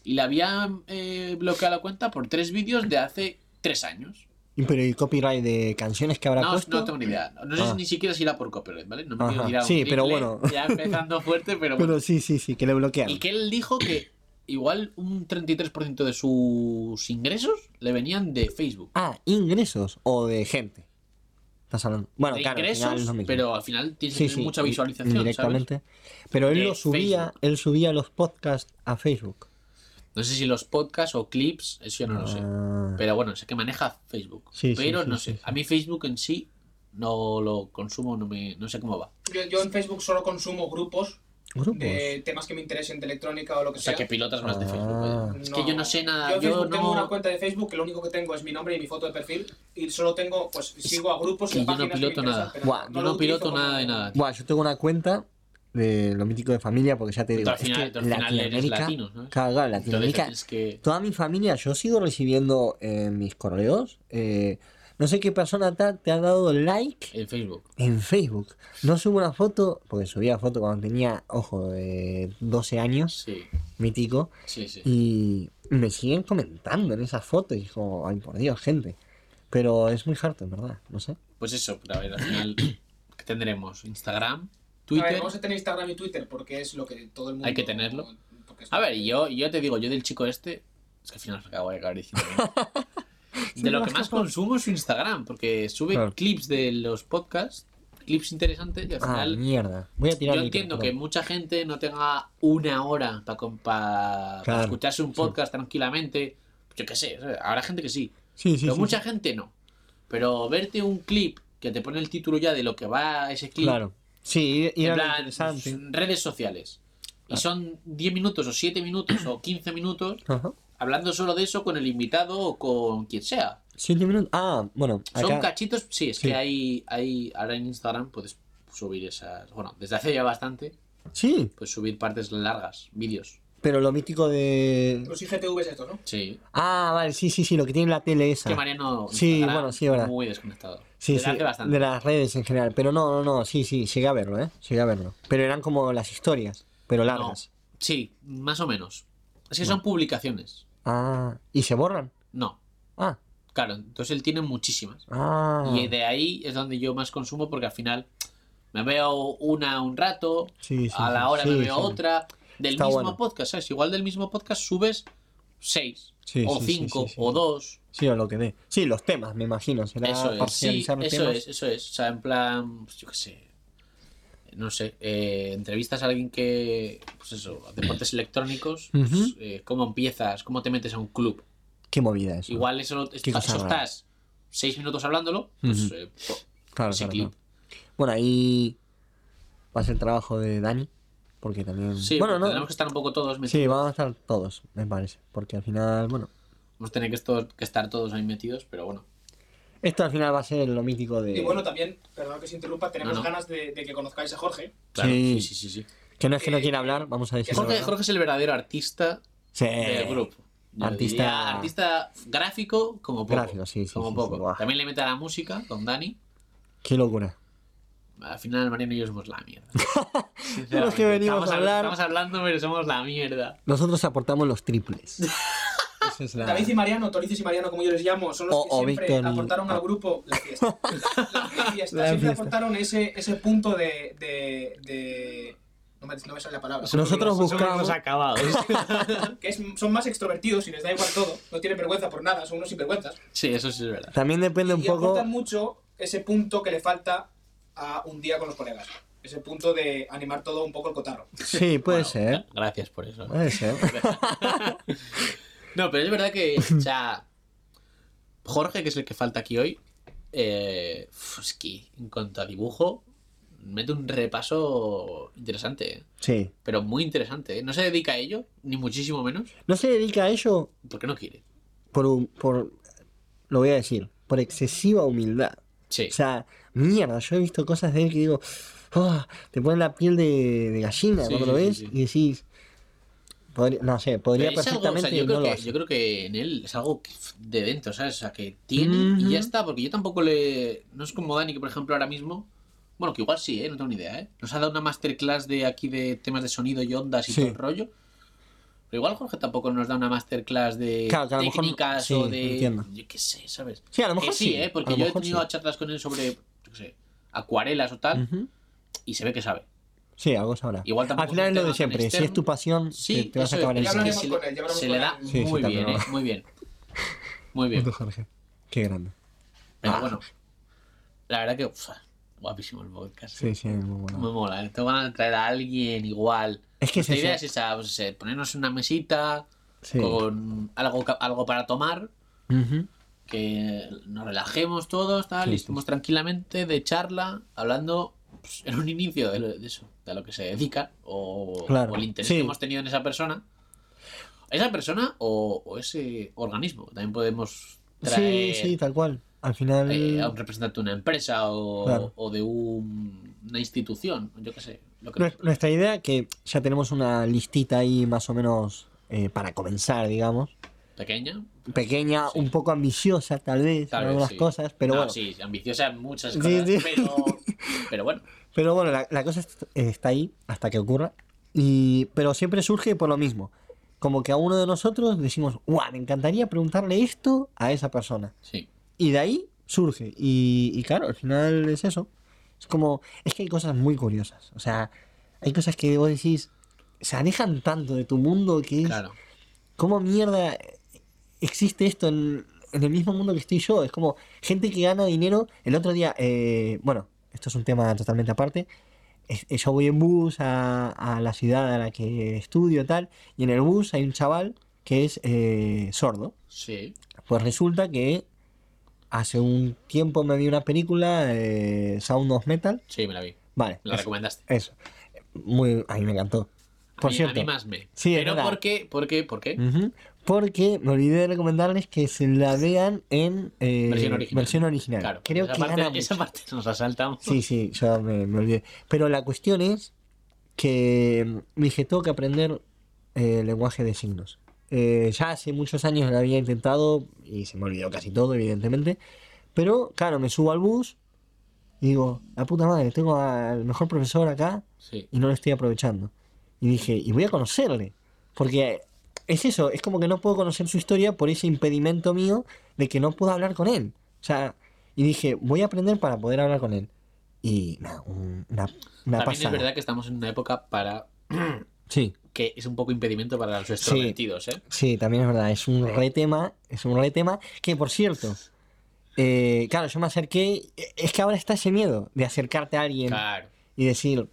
y le habían eh, bloqueado la cuenta por tres vídeos de hace tres años. Y Pero ¿y copyright de canciones que habrá No, puesto? no tengo ni idea. No, no sé Ah. si ni siquiera si irá por copyright, ¿vale? No me Ajá. quiero tirar un Sí, pero triple, bueno. Ya empezando fuerte, pero bueno. Pero sí, sí, sí, que le bloquean. Y que él dijo que igual un 33% de sus ingresos le venían de Facebook. Ah, ingresos o de gente. Estás hablando. Bueno, de claro, al final ingresos, es lo mismo. pero al final tienes sí, que tener sí, mucha visualización, Directamente. Pero él De lo subía, Facebook. él subía los podcasts a Facebook. ¿sabes? No sé si los podcasts o clips, eso yo no lo sé. Ah. Pero bueno, sé que maneja Facebook. Sí, sí, pero sí, no sí, sé, sí. a mí Facebook en sí no lo consumo, no me no sé cómo va. Yo, yo en Facebook solo consumo grupos Grupos. de temas que me interesen de electrónica o lo que O sea, que sea. pilotas más de Ah. Facebook. vaya. Es que yo no sé nada, Yo, yo, en Facebook tengo una no... cuenta de Facebook que lo único que tengo es mi nombre y mi foto de perfil y solo tengo, pues sigo a grupos que y a yo no páginas que me piloto interesan, nada. pero Buah, Yo lo no utilizo piloto como- nada de nada. tío. Bueno, yo tengo una cuenta de lo mítico de familia, porque ya te Pero digo, al final- es que al final eres Latinoamérica, latino, claro, ¿sabes? claro, Entonces Latinoamérica, tienes que... toda mi familia, yo sigo recibiendo eh, mis correos, eh, no sé qué persona tal te ha dado like En Facebook. en Facebook, no subo una foto, porque subía foto cuando tenía, ojo, de 12 años, Sí, mítico, sí, sí. y me siguen comentando en esas fotos, y es como, ay, por Dios, gente, pero es muy harto, en verdad, no sé. Pues eso, pero a ver, al final ¿qué tendremos Instagram, A ver, Twitter... vamos a tener Instagram y Twitter porque es lo que todo el mundo. Hay que tenerlo. porque es- A ver, yo, yo te digo, yo del chico este, es que al final me acabo de acabar diciendo. ¿no? De lo que más consumo es su Instagram, porque sube Claro. clips de los podcasts, clips interesantes, y al Ah, final mierda, voy a tirar yo mi entiendo que teléfono. mucha gente no tenga una hora para Claro, escucharse un podcast tranquilamente. Yo qué sé, ¿sabes? habrá gente que sí, Sí, sí, pero sí, mucha gente no. Pero verte un clip que te pone el título ya de lo que va ese clip, Claro. Sí, y en era lo plan, interesante. redes sociales. Y son 10 minutos o 7 minutos o 15 minutos Ajá. hablando solo de eso con el invitado o con quien sea. Siete minutos. Ah, bueno, Son acá. cachitos, sí, es Sí. que hay, hay, ahora en Instagram puedes subir esas, bueno, desde hace ya bastante, Sí, puedes subir partes largas, vídeos. pero lo mítico de. Los IGTV es esto, ¿no? Sí. Ah, vale, sí, sí, sí, lo que tiene la tele Es que esa. Mariano Ah. Sí, Instagram, bueno, sí, ahora. muy desconectado. Sí, Desde sí, hace bastante. de las redes en general. Pero no, no, no, sí, sí, llegué a verlo, ¿eh? Llegué a verlo. Pero eran como las historias, pero No. largas. Sí, más o menos. Es que son publicaciones. Ah, ¿y se borran? No. Ah, Claro, entonces él tiene muchísimas. ah. Y de ahí es donde yo más consumo porque al final me veo una un rato, Sí, sí, a la sí, hora me sí, veo sí. otra. Del Está mismo bueno. podcast, ¿sabes? Igual del mismo podcast subes seis, Sí, o sí, sí, cinco, sí, sí. o dos. Sí, o lo que dé. Sí, los temas, me imagino. Será eso es, sí, parcializar eso temas. es, eso es. O sea, en plan, pues, yo qué sé. No sé, eh, entrevistas a alguien que, pues eso, deportes electrónicos, pues, Ujú. eh, cómo empiezas, cómo te metes a un club. Qué movida eso. Igual eso, Qué cosa eso rara. estás seis minutos hablándolo, pues Ujú. eh, po- Claro, ese claro, clip. claro. Bueno, ahí va a ser trabajo de Dani, porque también... Sí, bueno, pues, no, tenemos que estar un poco todos metidos. sí, van a estar todos, me parece, porque al final, bueno, Vamos a Pues tener que, esto- que estar todos ahí metidos, pero bueno. esto al final va a ser lo mítico de... Y bueno, también, perdón que se interrumpa, tenemos Eh. No, no. ganas de, de que conozcáis a Jorge. Claro, sí, Sí. sí, sí. sí. que no es que no quiera hablar, vamos a decir... eh, Jorge, Jorge es el verdadero artista sí. del grupo. Yo Eh, artista- diría artista gráfico como poco. Gráfico, sí, sí, como sí, poco. sí, guau. También le mete a la música con Dani. Qué locura. Al final Mariano y yo somos la mierda. Pero es que venimos Estamos a hab- hablar. Estamos hablando, pero somos la mierda. Nosotros aportamos los triples. Eso Esa es la- David y Mariano, Torices y Mariano, como yo les llamo, son los O- que o siempre Víctor y- aportaron al grupo la fiesta. La, la fiesta. La siempre fiesta. aportaron ese, ese punto de. de, de- No, me, no me sale la palabra. Nosotros Somos unos buscamos- acabados. Que es- son más extrovertidos y les da igual todo. No tienen vergüenza por nada, son unos sinvergüenzas. Sí, eso sí es verdad. También depende un Y poco. aportan mucho ese punto que le falta a un día con los colegas. Ese punto de animar todo un poco el cotarro. Sí, puede Bueno, ser. gra- Gracias por eso. ¿eh? Puede ser. No, pero es verdad que, o sea, Jorge, que es el que falta aquí hoy, eh, uf, es que en cuanto a dibujo, mete un repaso interesante, eh, Sí. pero muy interesante. eh. No se dedica a ello, ni muchísimo menos, No se dedica a ello porque no quiere. por, un- por. Lo voy a decir. Por excesiva humildad. Sí, O sea, mierda, yo he visto cosas de él que digo. "Oh", te ponen la piel de, de gallina Sí, cuando lo sí, ves sí, sí. y decís. podría- no sé, podría Pero es algo, o sea, perfectamente. yo, no creo lo que, hace. yo creo que en él es algo que f- de dentro, ¿sabes? O sea, que tiene y ya está, porque yo tampoco le. No es como Dani, que por ejemplo ahora mismo. Bueno, que igual sí, ¿eh? No tengo ni idea, ¿eh? Nos ha dado una masterclass de aquí de temas de sonido y ondas y Sí. todo el rollo. Pero igual Jorge tampoco nos da una masterclass de Claro, que a lo mejor- técnicas sí, o de. entiendo. Yo qué sé, ¿sabes? Sí, a lo Que mejor sí, sí, ¿eh? a Porque lo yo he mejor tenido sí. Mm. charlas con él sobre, yo qué sé, acuarelas o tal, Ujú. y se ve que sabe. Sí, algo sabrá. Igual tampoco Al final es un es lo de tema tan siempre. Si es externo. tu pasión, Sí, te, te vas a eso acabar es, en es Ya que hablaremos se con le- él, ya hablaremos Se con le él. da Sí, sí, muy también bien, lo- ¿eh? Muy bien. Muy bien. Jorge. Qué grande. Pero Ah. bueno, la verdad que uf, guapísimo el podcast. Sí, sí, muy bueno. Me mola, ¿eh? te van a traer a alguien igual. Es que es Nuestra eso. idea es esa, pues, eh, ponernos una mesita Sí. con algo, ca- algo para tomar, Ujú. que nos relajemos todos, tal, Sí, y sí. estemos tranquilamente de charla, hablando pues, en un inicio de, lo- de eso, de a lo que se dedica, o, Claro, o el interés sí. que hemos tenido en esa persona. Esa persona o, o ese organismo. También podemos Sí, traer sí, tal cual. Al final. eh, a un representante de una empresa o, Claro. o de un- una institución, yo qué sé. Lo que Nue- Nuestra idea, que ya tenemos una listita ahí más o menos eh, para comenzar, digamos. Pequeña. Pequeña, Sí. un poco ambiciosa tal vez, Tal en vez, algunas sí. cosas, pero No, bueno. Sí, ambiciosa en muchas Sí, cosas, sí. Pero, pero bueno. Pero bueno, la, la cosa est- está ahí hasta que ocurra. Y, pero siempre surge por lo mismo. Como que a uno de nosotros decimos, guau, me encantaría preguntarle esto a esa persona. Sí. Y de ahí surge. Y, y claro, al final es eso. Es como, es que hay cosas muy curiosas. O sea, hay cosas que vos decís, se alejan tanto de tu mundo que es, Claro. ¿cómo mierda existe esto en, en el mismo mundo que estoy yo? Es como gente que gana dinero. El otro día, eh, bueno, esto es un tema totalmente aparte. Es- eh, Yo voy en bus a, a la ciudad a la que estudio y tal, y en el bus hay un chaval que es eh, sordo. Sí. Pues resulta que hace un tiempo me vi una película, eh, Sound of Metal. Sí, me la vi. Vale, La eso, recomendaste. eso. Muy, a mí me encantó. A Por mí- cierto, A mí más me. Sí, es pero verdad. Mm, ¿por qué? ¿Por qué? ¿Por qué? Ujú. Porque me olvidé de recomendarles que se la vean en eh, Versión original. versión original. Claro. Creo esa que parte, gana Esa mucho. parte nos asaltamos. Sí, sí, yo me, me olvidé. Pero la cuestión es que mm, dije, tengo que aprender eh, lenguaje de signos. Eh, ya hace muchos años lo había intentado y se me olvidó casi todo, evidentemente. Pero, claro, me subo al bus y digo, la puta madre, tengo al mejor profesor acá Sí. y no lo estoy aprovechando. Y dije, y voy a conocerle. Porque es eso, es como que no puedo conocer su historia por ese impedimento mío de que no puedo hablar con él. O sea, y dije, voy a aprender para poder hablar con él. Y nada, un- una, una También pasada. es verdad que estamos en una época para Sí, que es un poco impedimento para los extrovertidos, ¿eh? sí, también es verdad. Es un re tema, es un re tema. Que por cierto, eh, claro, yo me acerqué. Es que ahora está ese miedo de acercarte a alguien. Claro. y decir,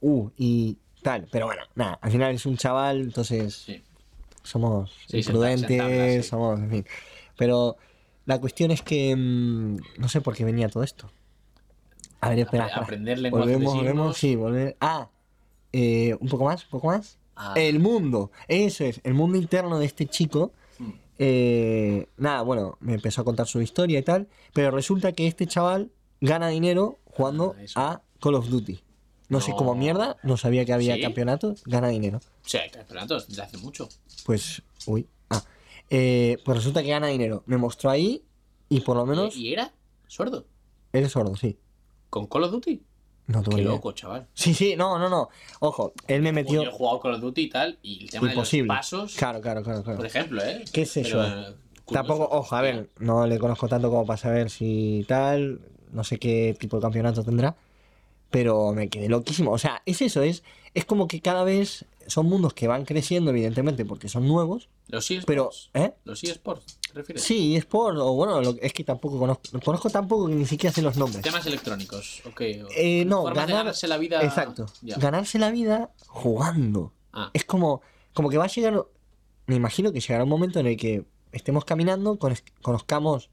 uh, y tal. Pero bueno, nada, al final es un chaval, entonces Sí. somos Sí, se imprudentes, enta- se entabla, sí. somos, en fin. Pero la cuestión es que mm, no sé por qué venía todo esto. A ver, espera. Apre- espera. aprender lenguaje de volvemos, signos. volvemos, sí, volver. Ah, eh, un poco más, un poco más. Ah. El mundo, eso es, el mundo interno de este chico. Hmm. Eh, nada, bueno, me empezó a contar su historia y tal, pero resulta que este chaval gana dinero jugando Ah, eso. a Call of Duty. No, sé No. cómo mierda, no sabía que había ¿Sí? campeonatos, gana dinero. O sea, hay campeonatos desde hace mucho. Pues, uy, ah, eh, pues resulta que gana dinero. Me mostró ahí y por lo menos Y, y era sordo. eres sordo, sí. Con Call of Duty. No tuve Qué ni idea. loco, chaval. Sí, sí, no, no, no. Ojo, él me Pues Yo he metió. jugado Call of Duty y tal, y el tema Imposible. de los pasos, Claro, claro, claro, claro. por ejemplo, ¿eh? ¿Qué sé Pero, yo? eh, curioso. Tampoco, ojo, a ver, no le conozco tanto como para saber si tal, no sé qué tipo de campeonato tendrá, pero me quedé loquísimo. O sea, es eso, es, es como que cada vez son mundos que van creciendo, evidentemente, porque son nuevos, Los eSports. pero, ¿eh? Los eSports, ¿te refieres? Sí, es por, o bueno, lo- es que tampoco conozco, conozco tampoco que ni siquiera sé los nombres. Temas electrónicos, ok. Eh, no, Formas de ganar- ganarse la vida. Exacto. Ya. Ganarse la vida jugando. Ah. Es como, como que va a llegar, me imagino que llegará un momento en el que estemos caminando, conoz- conozcamos,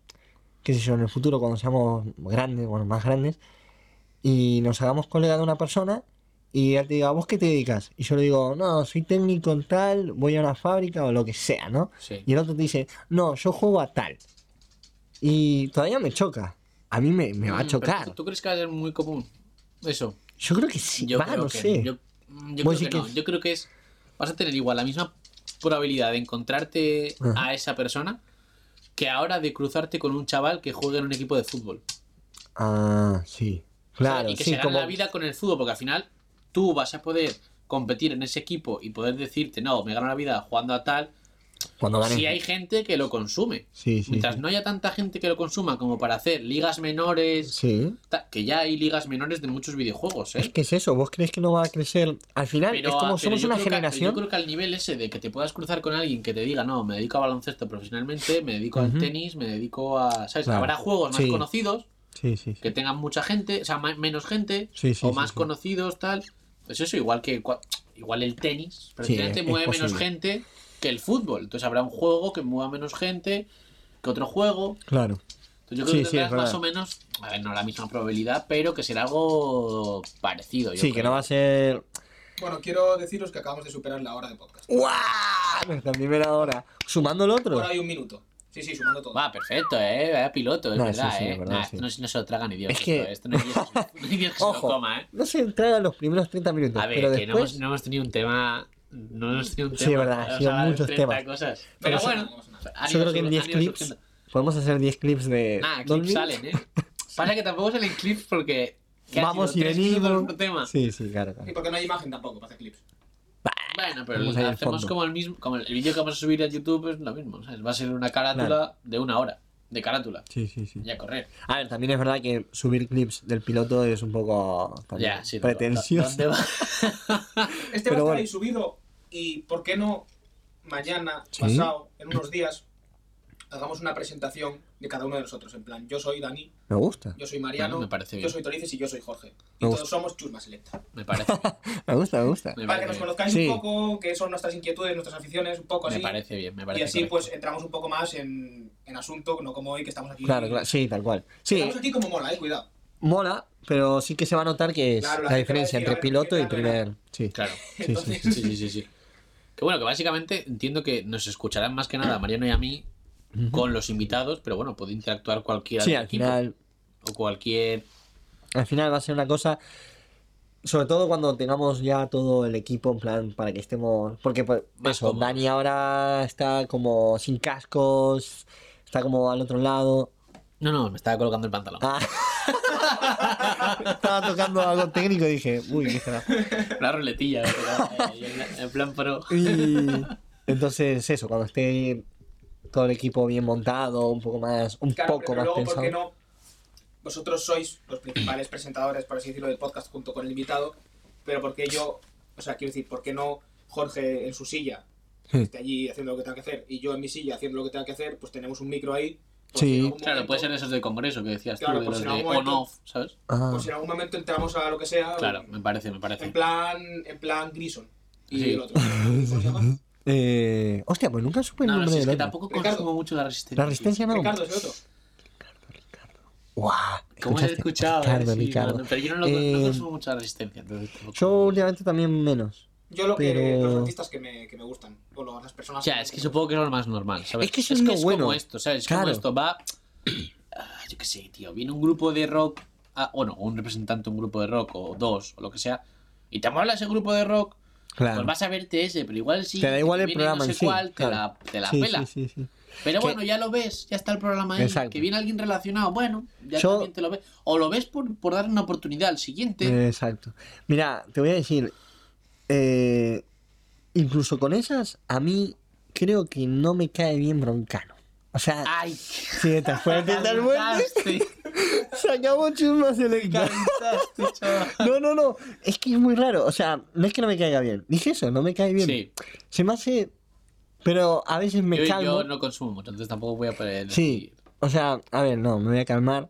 qué sé yo, en el futuro cuando seamos grandes, bueno, más grandes, y nos hagamos colega de una persona y él te diga, ¿vos qué te dedicas? Y yo le digo, no, soy técnico en tal, voy a una fábrica o lo que sea, ¿no? Sí. Y el otro te dice, no, yo juego a tal. Y todavía me choca. A mí me, me va a Mm, pero chocar. ¿tú, tú crees que va a ser muy común? Eso. Yo creo que sí, Yo va, creo no que sé. Yo, mm, yo Vos creo que, decís que no. es- Yo creo que es. Vas a tener igual la misma probabilidad de encontrarte Ajá. a esa persona que ahora de cruzarte con un chaval que juega en un equipo de fútbol. Ah, sí. Claro, y que sí, se gane como... la vida con el fútbol, porque al final tú vas a poder competir en ese equipo y poder decirte, no, me gano la vida jugando a tal, Cuando ganes. si hay gente que lo consume. Sí, sí. Mientras no haya tanta gente que lo consuma como para hacer ligas menores, Sí. ta- que ya hay ligas menores de muchos videojuegos, Es ¿eh? que es eso, vos crees que no va a crecer. Al final Pero, es como pero somos yo una creo que- generación. yo creo que al nivel ese de que te puedas cruzar con alguien que te diga, no, me dedico a baloncesto profesionalmente, me dedico al Ujú. tenis, me dedico a. ¿Sabes? Claro. Habrá juegos más Sí. conocidos Sí, sí, sí. que tengan mucha gente, o sea, ma- menos gente, Sí, sí, o sí, más sí. conocidos, tal. Pues eso, igual que cua- igual el tenis, pero Sí, al final te es mueve menos posible. gente que el fútbol. Entonces habrá un juego que mueva menos gente que otro juego. Claro. Entonces yo creo Sí, que sí, es tendrás más verdad. o menos, a ver, no la misma probabilidad, pero que será algo parecido. Yo sí, que creo. no va a ser. Bueno, quiero deciros que acabamos de superar la hora de podcast. ¡Guau! Nuestra primera hora. Sumando el otro. Ahora hay un minuto. Sí, sí, sumando todo. Va, perfecto, eh. Vaya piloto, es No, verdad, sí, sí, eh. es verdad, Nah, sí. esto no, no se lo traga ni Dios. Es esto, que- esto no hay Dios, no hay Dios que se lo Ojo. coma, eh. No se traga los primeros 30 minutos. A ver, pero que no hemos, después. no hemos tenido un tema. No hemos tenido un Sí, tema. es verdad, ha hemos sido hablado de muchos 30 temas. cosas. Pero, Pero bueno, sí, han Yo ido creo que en sur- 10 han ido clips. eh, surgiendo. Podemos hacer 10 clips de. Nah, dos clips minutos. salen, eh. Pasa que tampoco salen clips porque. que han Vamos y sido tres minutos venimos. por tema. Sí, sí, claro, claro. Y porque no hay imagen tampoco para hacer clips. Bueno, pero Vamos ahí al hacemos fondo. como el mismo. Como el vídeo que vamos a subir a YouTube es lo mismo. ¿sabes? Va a ser una carátula Claro. de una hora. De carátula. Sí, sí, sí. Ya correr. A ver, también es verdad que subir clips del piloto es un poco también Ya, sí. pretencioso. ¿Dónde va? Este Pero va a estar bueno. ahí subido y ¿por qué no mañana, Sí. pasado, en unos días, hagamos una presentación de cada uno de nosotros? En plan, yo soy Dani, Me gusta, yo soy Mariano, Bueno, me parece yo bien. soy Torices y yo soy Jorge. Y Me todos somos Chusma Selecta. Me parece. me gusta, me gusta. Me Para que parece nos bien. conozcáis Sí. un poco, que son nuestras inquietudes, nuestras aficiones, un poco Me así. parece bien, me Y parece así pues correcto. entramos un poco más en, en asunto, no como hoy que estamos aquí. Claro, claro, sí, tal cual. Sí, Estamos aquí como mola, eh, cuidado. mola, pero sí que se va a notar que es Claro, la la, gente diferencia va a decir, entre a ver, piloto ¿qué y tal era? primer. Sí, Claro. sí, sí, sí. Sí, sí, sí, sí. Que bueno, que básicamente entiendo que nos escucharán más que nada a Mariano y a mí con los invitados, pero bueno, puede interactuar cualquiera Sí, del al equipo, final, o cualquier al final va a ser una cosa, sobre todo cuando tengamos ya todo el equipo en plan para que estemos, porque pues, Más eso, cómodos. Dani ahora está como sin cascos, está como al otro lado. No, no, me estaba colocando el pantalón. Ah. Estaba tocando algo técnico y dije, uy, qué será. La ruletilla, ¿verdad? Eh, en- en plan pro. Y entonces eso, cuando esté todo el equipo bien montado, un poco más, un Claro, poco pero más luego, pensado. ¿por qué no? Vosotros sois los principales presentadores, por así decirlo, del podcast junto con el invitado, pero ¿por qué yo? O sea, quiero decir, ¿por qué no Jorge en su silla Sí. esté allí haciendo lo que tenga que hacer y yo en mi silla haciendo lo que tenga que hacer? Pues tenemos un micro ahí. por Sí. si en algún Claro, momento- puede ser esos de congreso que decías Claro, tú, de por los si en de algún momento- on-off, ¿sabes? Ah, Pues si en algún momento entramos a lo que sea. Claro, me parece, me En parece. plan, en plan Grison. Y Sí. el otro. ¿Cómo se llama? eh, hostia, pues nunca supe el No, no, nombre si es del que otro. tampoco Ricardo. consumo mucho la resistencia. La resistencia no. Ricardo es el otro. Guau, Como he ¿escuchaste? escuchado, eh, Ricardo, sí, no, Ricardo. no, pero yo no, lo, Eh, no consumo mucho la resistencia. entonces tampoco- Yo últimamente también menos. Yo lo que. Pero- Los artistas que me, que me gustan. O lo- las personas. O sea, es que supongo que es lo más normal, ¿sabes? Es que eso es lo bueno. como esto, ¿sabes? Es Claro. como esto va. Ah, Yo qué sé, tío. Viene un grupo de rock. ah, bueno, un representante de un grupo de rock o dos o lo que sea. Y te mola ese grupo de rock. Claro. Pues vas a verte ese, pero igual sí. Te da igual el viene programa No en sé sí, cuál, te claro. la, te la Sí, pela. sí, sí, sí. Pero Que- bueno, ya lo ves, ya está el programa ahí. Exacto. Que viene alguien relacionado, bueno, ya Yo- también te lo ves. O lo ves por, por dar una oportunidad al Eh, siguiente. Exacto. Mira, te voy a decir, eh, incluso con esas, a mí creo que no me cae bien Broncano. O sea, ¡Ay! Sí, te fuerte y tal muerte. Cantaste, Sacamos chusma selecta. cantaste, chaval. no, no, no, es que es muy raro. O sea, no es que no me caiga bien. Dije eso, no me cae bien. Sí, Se me hace... Pero a veces me yo, yo calmo. no consumo, mucho, entonces tampoco voy a poder. Sí, o sea, a ver, no, me voy a calmar.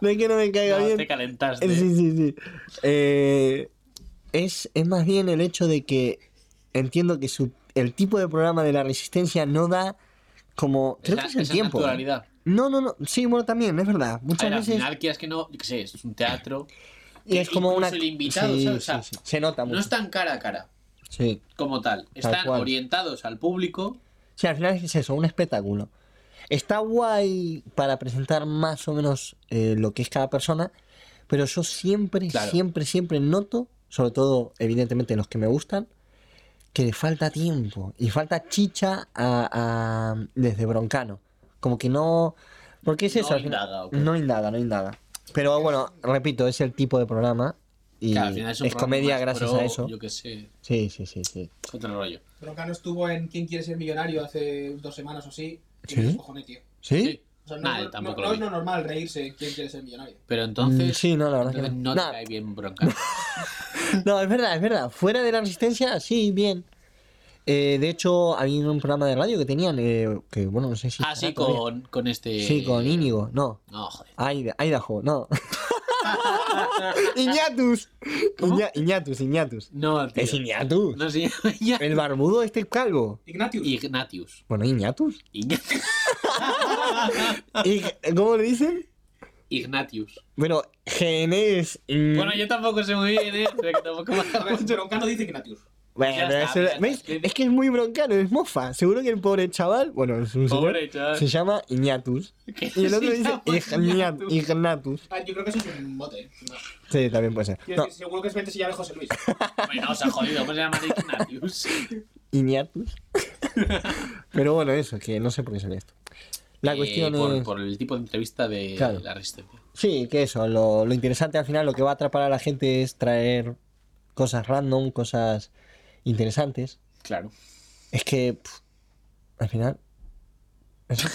no es que no me caiga No, bien. te calentaste. Eh, Sí, sí, sí. Eh, es, es más bien el hecho de que entiendo que su, el tipo de programa de la resistencia no da como... Creo Esa- que es el esa tiempo. naturalidad. No, no, no. Sí, bueno, también, es verdad. A Muchas ver, al veces... final quieras que no, yo qué sé, es un teatro. y es como una... incluso el invitado, Sí, ¿sabes? O sea, sí, sí. Se nota mucho. No están cara a cara Sí. como tal. Están cual. orientados al público. Sí, al final es eso, un espectáculo. Está guay para presentar más o menos eh, lo que es cada persona, pero yo siempre, Claro. siempre, siempre noto, sobre todo evidentemente en los que me gustan, que le falta tiempo y falta chicha a, a- desde Broncano. Como que no... Porque es No eso, al final- indaga, ¿o qué? no indaga, no indaga. Pero bueno, repito, es el tipo de programa y que al final es es, un programa comedia más gracias pro, a eso. Yo qué sé, Sí, sí, sí, sí. es otro rollo. Broncano estuvo en ¿Quién quiere ser millonario? hace dos semanas o así. ¿Sí? Y dices, cojones, tío. ¿Sí? Sí. O sea, no, Nadie no- tampoco no lo es vi. lo normal reírse en ¿Quién quiere ser millonario? Pero Mm, entonces, Sí, no, la verdad que entonces no. no Nah, te cae bien bronca. No, es verdad, es verdad. Fuera de la resistencia, sí, bien. Eh, de hecho, había un programa de radio que tenían, eh, que bueno, no sé si... Ah, sí, estará todavía. con, con este. Sí, con Íñigo, no. No, joder. Aida- Idaho, no. Iñatus. Iña- Iñatus, Iñatus. No, tío. Es Iñatus. No se llama Iña- El barbudo este calvo. Ignatius. Ignatius. Bueno, Iñatus. Ign- ¿Y ¿Cómo le dicen? Ignatius. Bueno, GN es... mm, Bueno, yo tampoco sé muy bien, ¿eh? O sea, que tampoco me A ver, Broncano dice Ignatius. bueno, ya está, eso- ya está. ¿ves? Es que es muy broncano, es mofa. Seguro que el pobre chaval, bueno, es un señor, Pobre chaval. se llama Iñatus. Y el otro Sí, dice tampoco Igna- Ignatus. Ah, yo creo que eso es un mote. sin más. Sí, también puede ser. Quiero No, decir, seguro que es 20 si llama José Luis. Bueno, os ha jodido, ¿cómo se llama Ignatius? Ignatus. Pero bueno, eso, que no sé por qué sale esto. La Eh, cuestión por, es. por el tipo de entrevista de Claro. la resistencia. Sí, que eso, lo, lo interesante al final, lo que va a atrapar a la gente es traer cosas random, cosas interesantes. Claro. Es que. pf, al final. eso.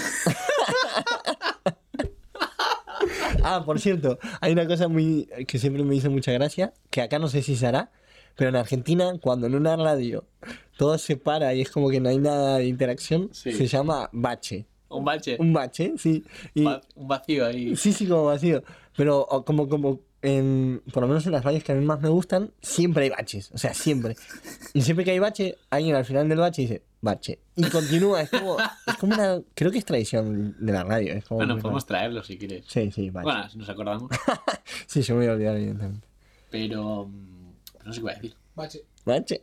ah, por cierto, hay una cosa muy que siempre me hizo mucha gracia, que acá no sé si se hará, pero en Argentina, cuando en una radio todo se para y es como que no hay nada de interacción, Sí. se llama bache. Un bache. Un bache, sí. Y, va- un vacío ahí. sí, sí, como vacío. Pero o como, como en, por lo menos en las radios que a mí más me gustan, siempre hay baches. O sea, siempre. Y siempre que hay bache, alguien al final del bache dice, bache. Y continúa. Es como, es como una. Creo que es tradición de la radio. Es como Bueno, muy podemos traerlo si quieres. raro. Sí, sí, bache. Bueno, si nos acordamos. Sí, se me voy a olvidar, evidentemente. Pero. mm, pero No sé qué iba a decir. Bache. Bache.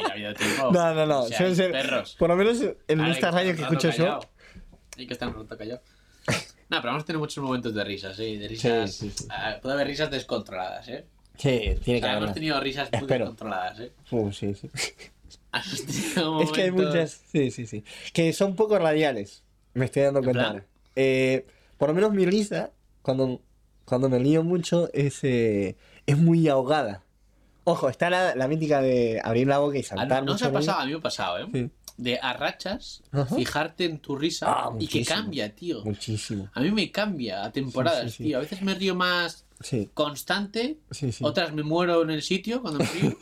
Ya ha habido tiempo. No, no, no. Oh, O sea, suelen ser- perros. Por lo menos en Ahora estas hay radios Ah, que que estar un escucho rato yo. callado. Hay que estar un rato callado. No, pero vamos a tener muchos momentos de risas, ¿eh? De risas. Sí, sí, sí. Ah, puede haber risas descontroladas, ¿eh? Sí, tiene que Ah, hemos haber. tenido risas muy Espero. descontroladas, ¿eh? Uh, sí, sí. Hemos tenido Es que hay momentos- muchas. Sí, sí, sí. Que son poco radiales. Me estoy dando cuenta. plan? ahora. Eh, por lo menos mi risa, cuando, cuando me lío mucho, es, eh, es muy ahogada. Ojo, está la, la mítica de abrir la boca y A saltar. Ah, no, no mucho se ha ruido. pasado, a mí me ha pasado, ¿eh? Sí. De arrachas, Ajá. fijarte en tu risa Ah, y que muchísimo. cambia, tío. Muchísimo. A mí me cambia a temporadas, Sí, sí, sí. tío. A veces me río más Sí, constante, sí, sí. otras me muero en el sitio cuando me río.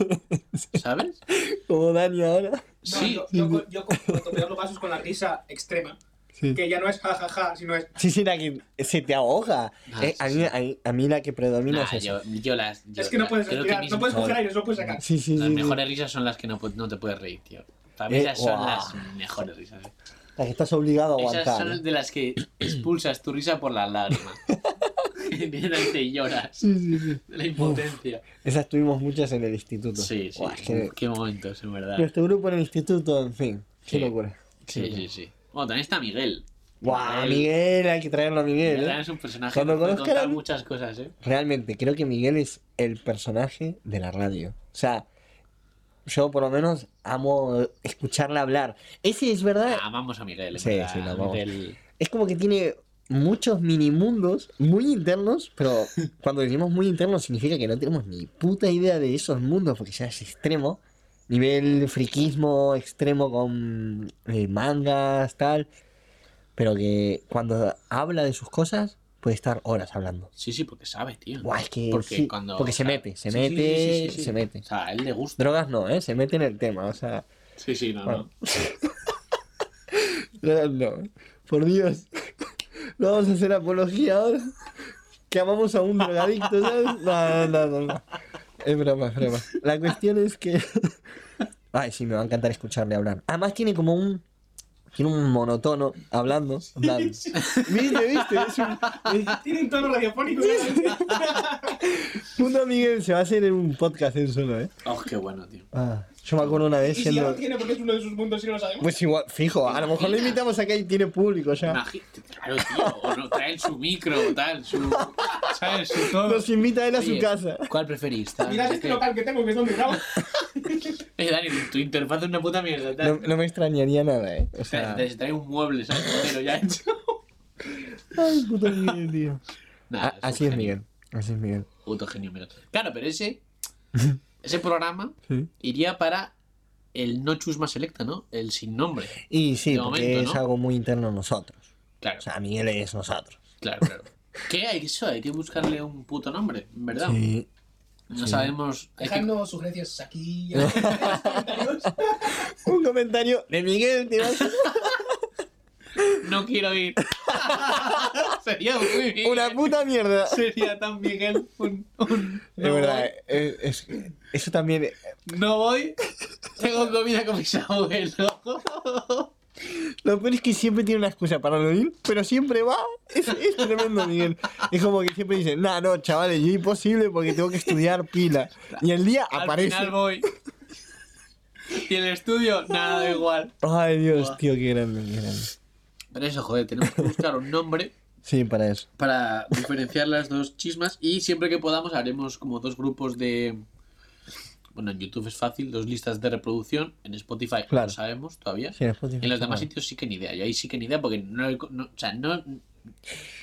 ¿Sabes? Como Dani ahora. No, Sí. Yo, yo, co- yo co- peor lo paso es con la risa extrema. Sí. Que ya no es jajaja, sino es. Sí, sí, la que se te ahoga. Ah, Eh, a, sí, mí, a, mí- a mí la que predomina Nah, es esa. yo, yo las. yo es que no las- puedes creo que respirar, mis- no puedes no. coger aire, no puedes sacar. Sí, sí, sí. Las sí. mejores risas son las que no, pu- no te puedes reír, tío. Para mí Eh, esas son guau. las mejores risas. eh. La que estás obligado a Esas aguantar. son ¿eh? de las que expulsas tu risa por las lágrimas. y te lloras. Sí, sí, sí. de La impotencia. Esas tuvimos muchas en el instituto. Sí, sí. Buah, es que- Qué momentos, en verdad. Nuestro grupo en el instituto, en fin. Qué Ah. Sí. locura. Sí, sí, sí. Bueno, también está Miguel. ¡Guau! Miguel, hay que traerlo a Miguel. Miguel ¿eh? es un personaje que Cuando puede conozca contar la- muchas cosas, ¿eh? Realmente, creo que Miguel es el personaje de la radio. O sea, yo por lo menos amo escucharla hablar. Ese es verdad. Amamos Ah, a Miguel, en Sí, verdad, sí, lo amamos. Miguel- Es como que tiene muchos minimundos muy internos, pero cuando decimos muy internos significa que no tenemos ni puta idea de esos mundos, porque ya es extremo. Nivel friquismo extremo con eh, mangas, tal. Pero que cuando habla de sus cosas, puede estar horas hablando. Sí, sí, porque sabe, tío. Buah, es que Porque sí, cuando- porque se o sea, mete, se sí, sí, mete, sí, sí, sí, sí. se mete. O sea, a él le gusta. Drogas no, ¿eh? Se mete en el tema, o sea... Sí, sí, no, Bueno. no. Drogas no, por Dios. No vamos a hacer apología ahora. Que amamos a un drogadicto, ¿sabes? No, no, no, no. Es broma, es broma. La cuestión es que... Ay, sí, me va a encantar escucharle hablar. Además tiene como un... Tiene un monotono hablando. hablando. Viste, viste, es un... es- Tiene un tono radiofónico. Mundo Miguel se va a hacer en un podcast en solo, ¿eh? Oh, qué bueno, tío. Ah, yo me acuerdo una Y vez si ya siendo... lo tiene porque es uno de sus puntos y no lo sabemos. Pues igual, fijo, a lo mejor lo invitamos acá y tiene público ya. Imagi- Claro, tío. O no, traen su micro, tal, su. ¿Sabes? Su todo. Nos invita él a su Oye, casa. ¿Cuál preferís? tal? Mirad No sé este qué. local que tengo, que es donde grabo. Eh, Dani, tu interfaz es una puta mierda. No, Tal. no me extrañaría nada, eh. O sea, Te trae un mueble, ¿sabes? Pero ya hecho. ay, puto Miguel, tío. Nada, Ah, un así es genio. Miguel. Así es Miguel. Puto genio, mira. Claro, pero ese. Ese programa Sí. iría para el no chusma selecta, ¿no? El sin nombre. Y sí, De porque momento, es ¿no? algo muy interno a nosotros. Claro, O sea, Miguel es nosotros. claro, claro. ¿Qué hay que eso? Hay que buscarle un puto nombre, en ¿verdad? Sí. No sabemos. hay que- Dejadnos sugerencias aquí. en los comentarios. Un comentario de Miguel, tío. No quiero ir. Sería muy bien. Una puta mierda. Sería tan Miguel. un- un- Es verdad, eh, es- eso también. eh, No voy. Tengo comida con mis abuelos. Lo peor es que siempre tiene una excusa para no ir, pero siempre va. Es, es tremendo, Miguel. Es como que siempre dice, nah, no, chavales, yo imposible porque tengo que estudiar pila. Y el día aparece. Al final voy. Y el estudio, nada da igual. Ay, Dios, tío, qué grande, qué grande. Pero eso, joder, tenemos que buscar un nombre Sí, para eso. para diferenciar las dos chismas y siempre que podamos haremos como dos grupos de... Bueno, en YouTube es fácil, dos listas de reproducción, en Spotify no Claro. lo sabemos todavía. Sí, en Spotify en los demás está mal. sitios sí que ni idea, yo ahí sí que ni idea porque no... no- o sea, no...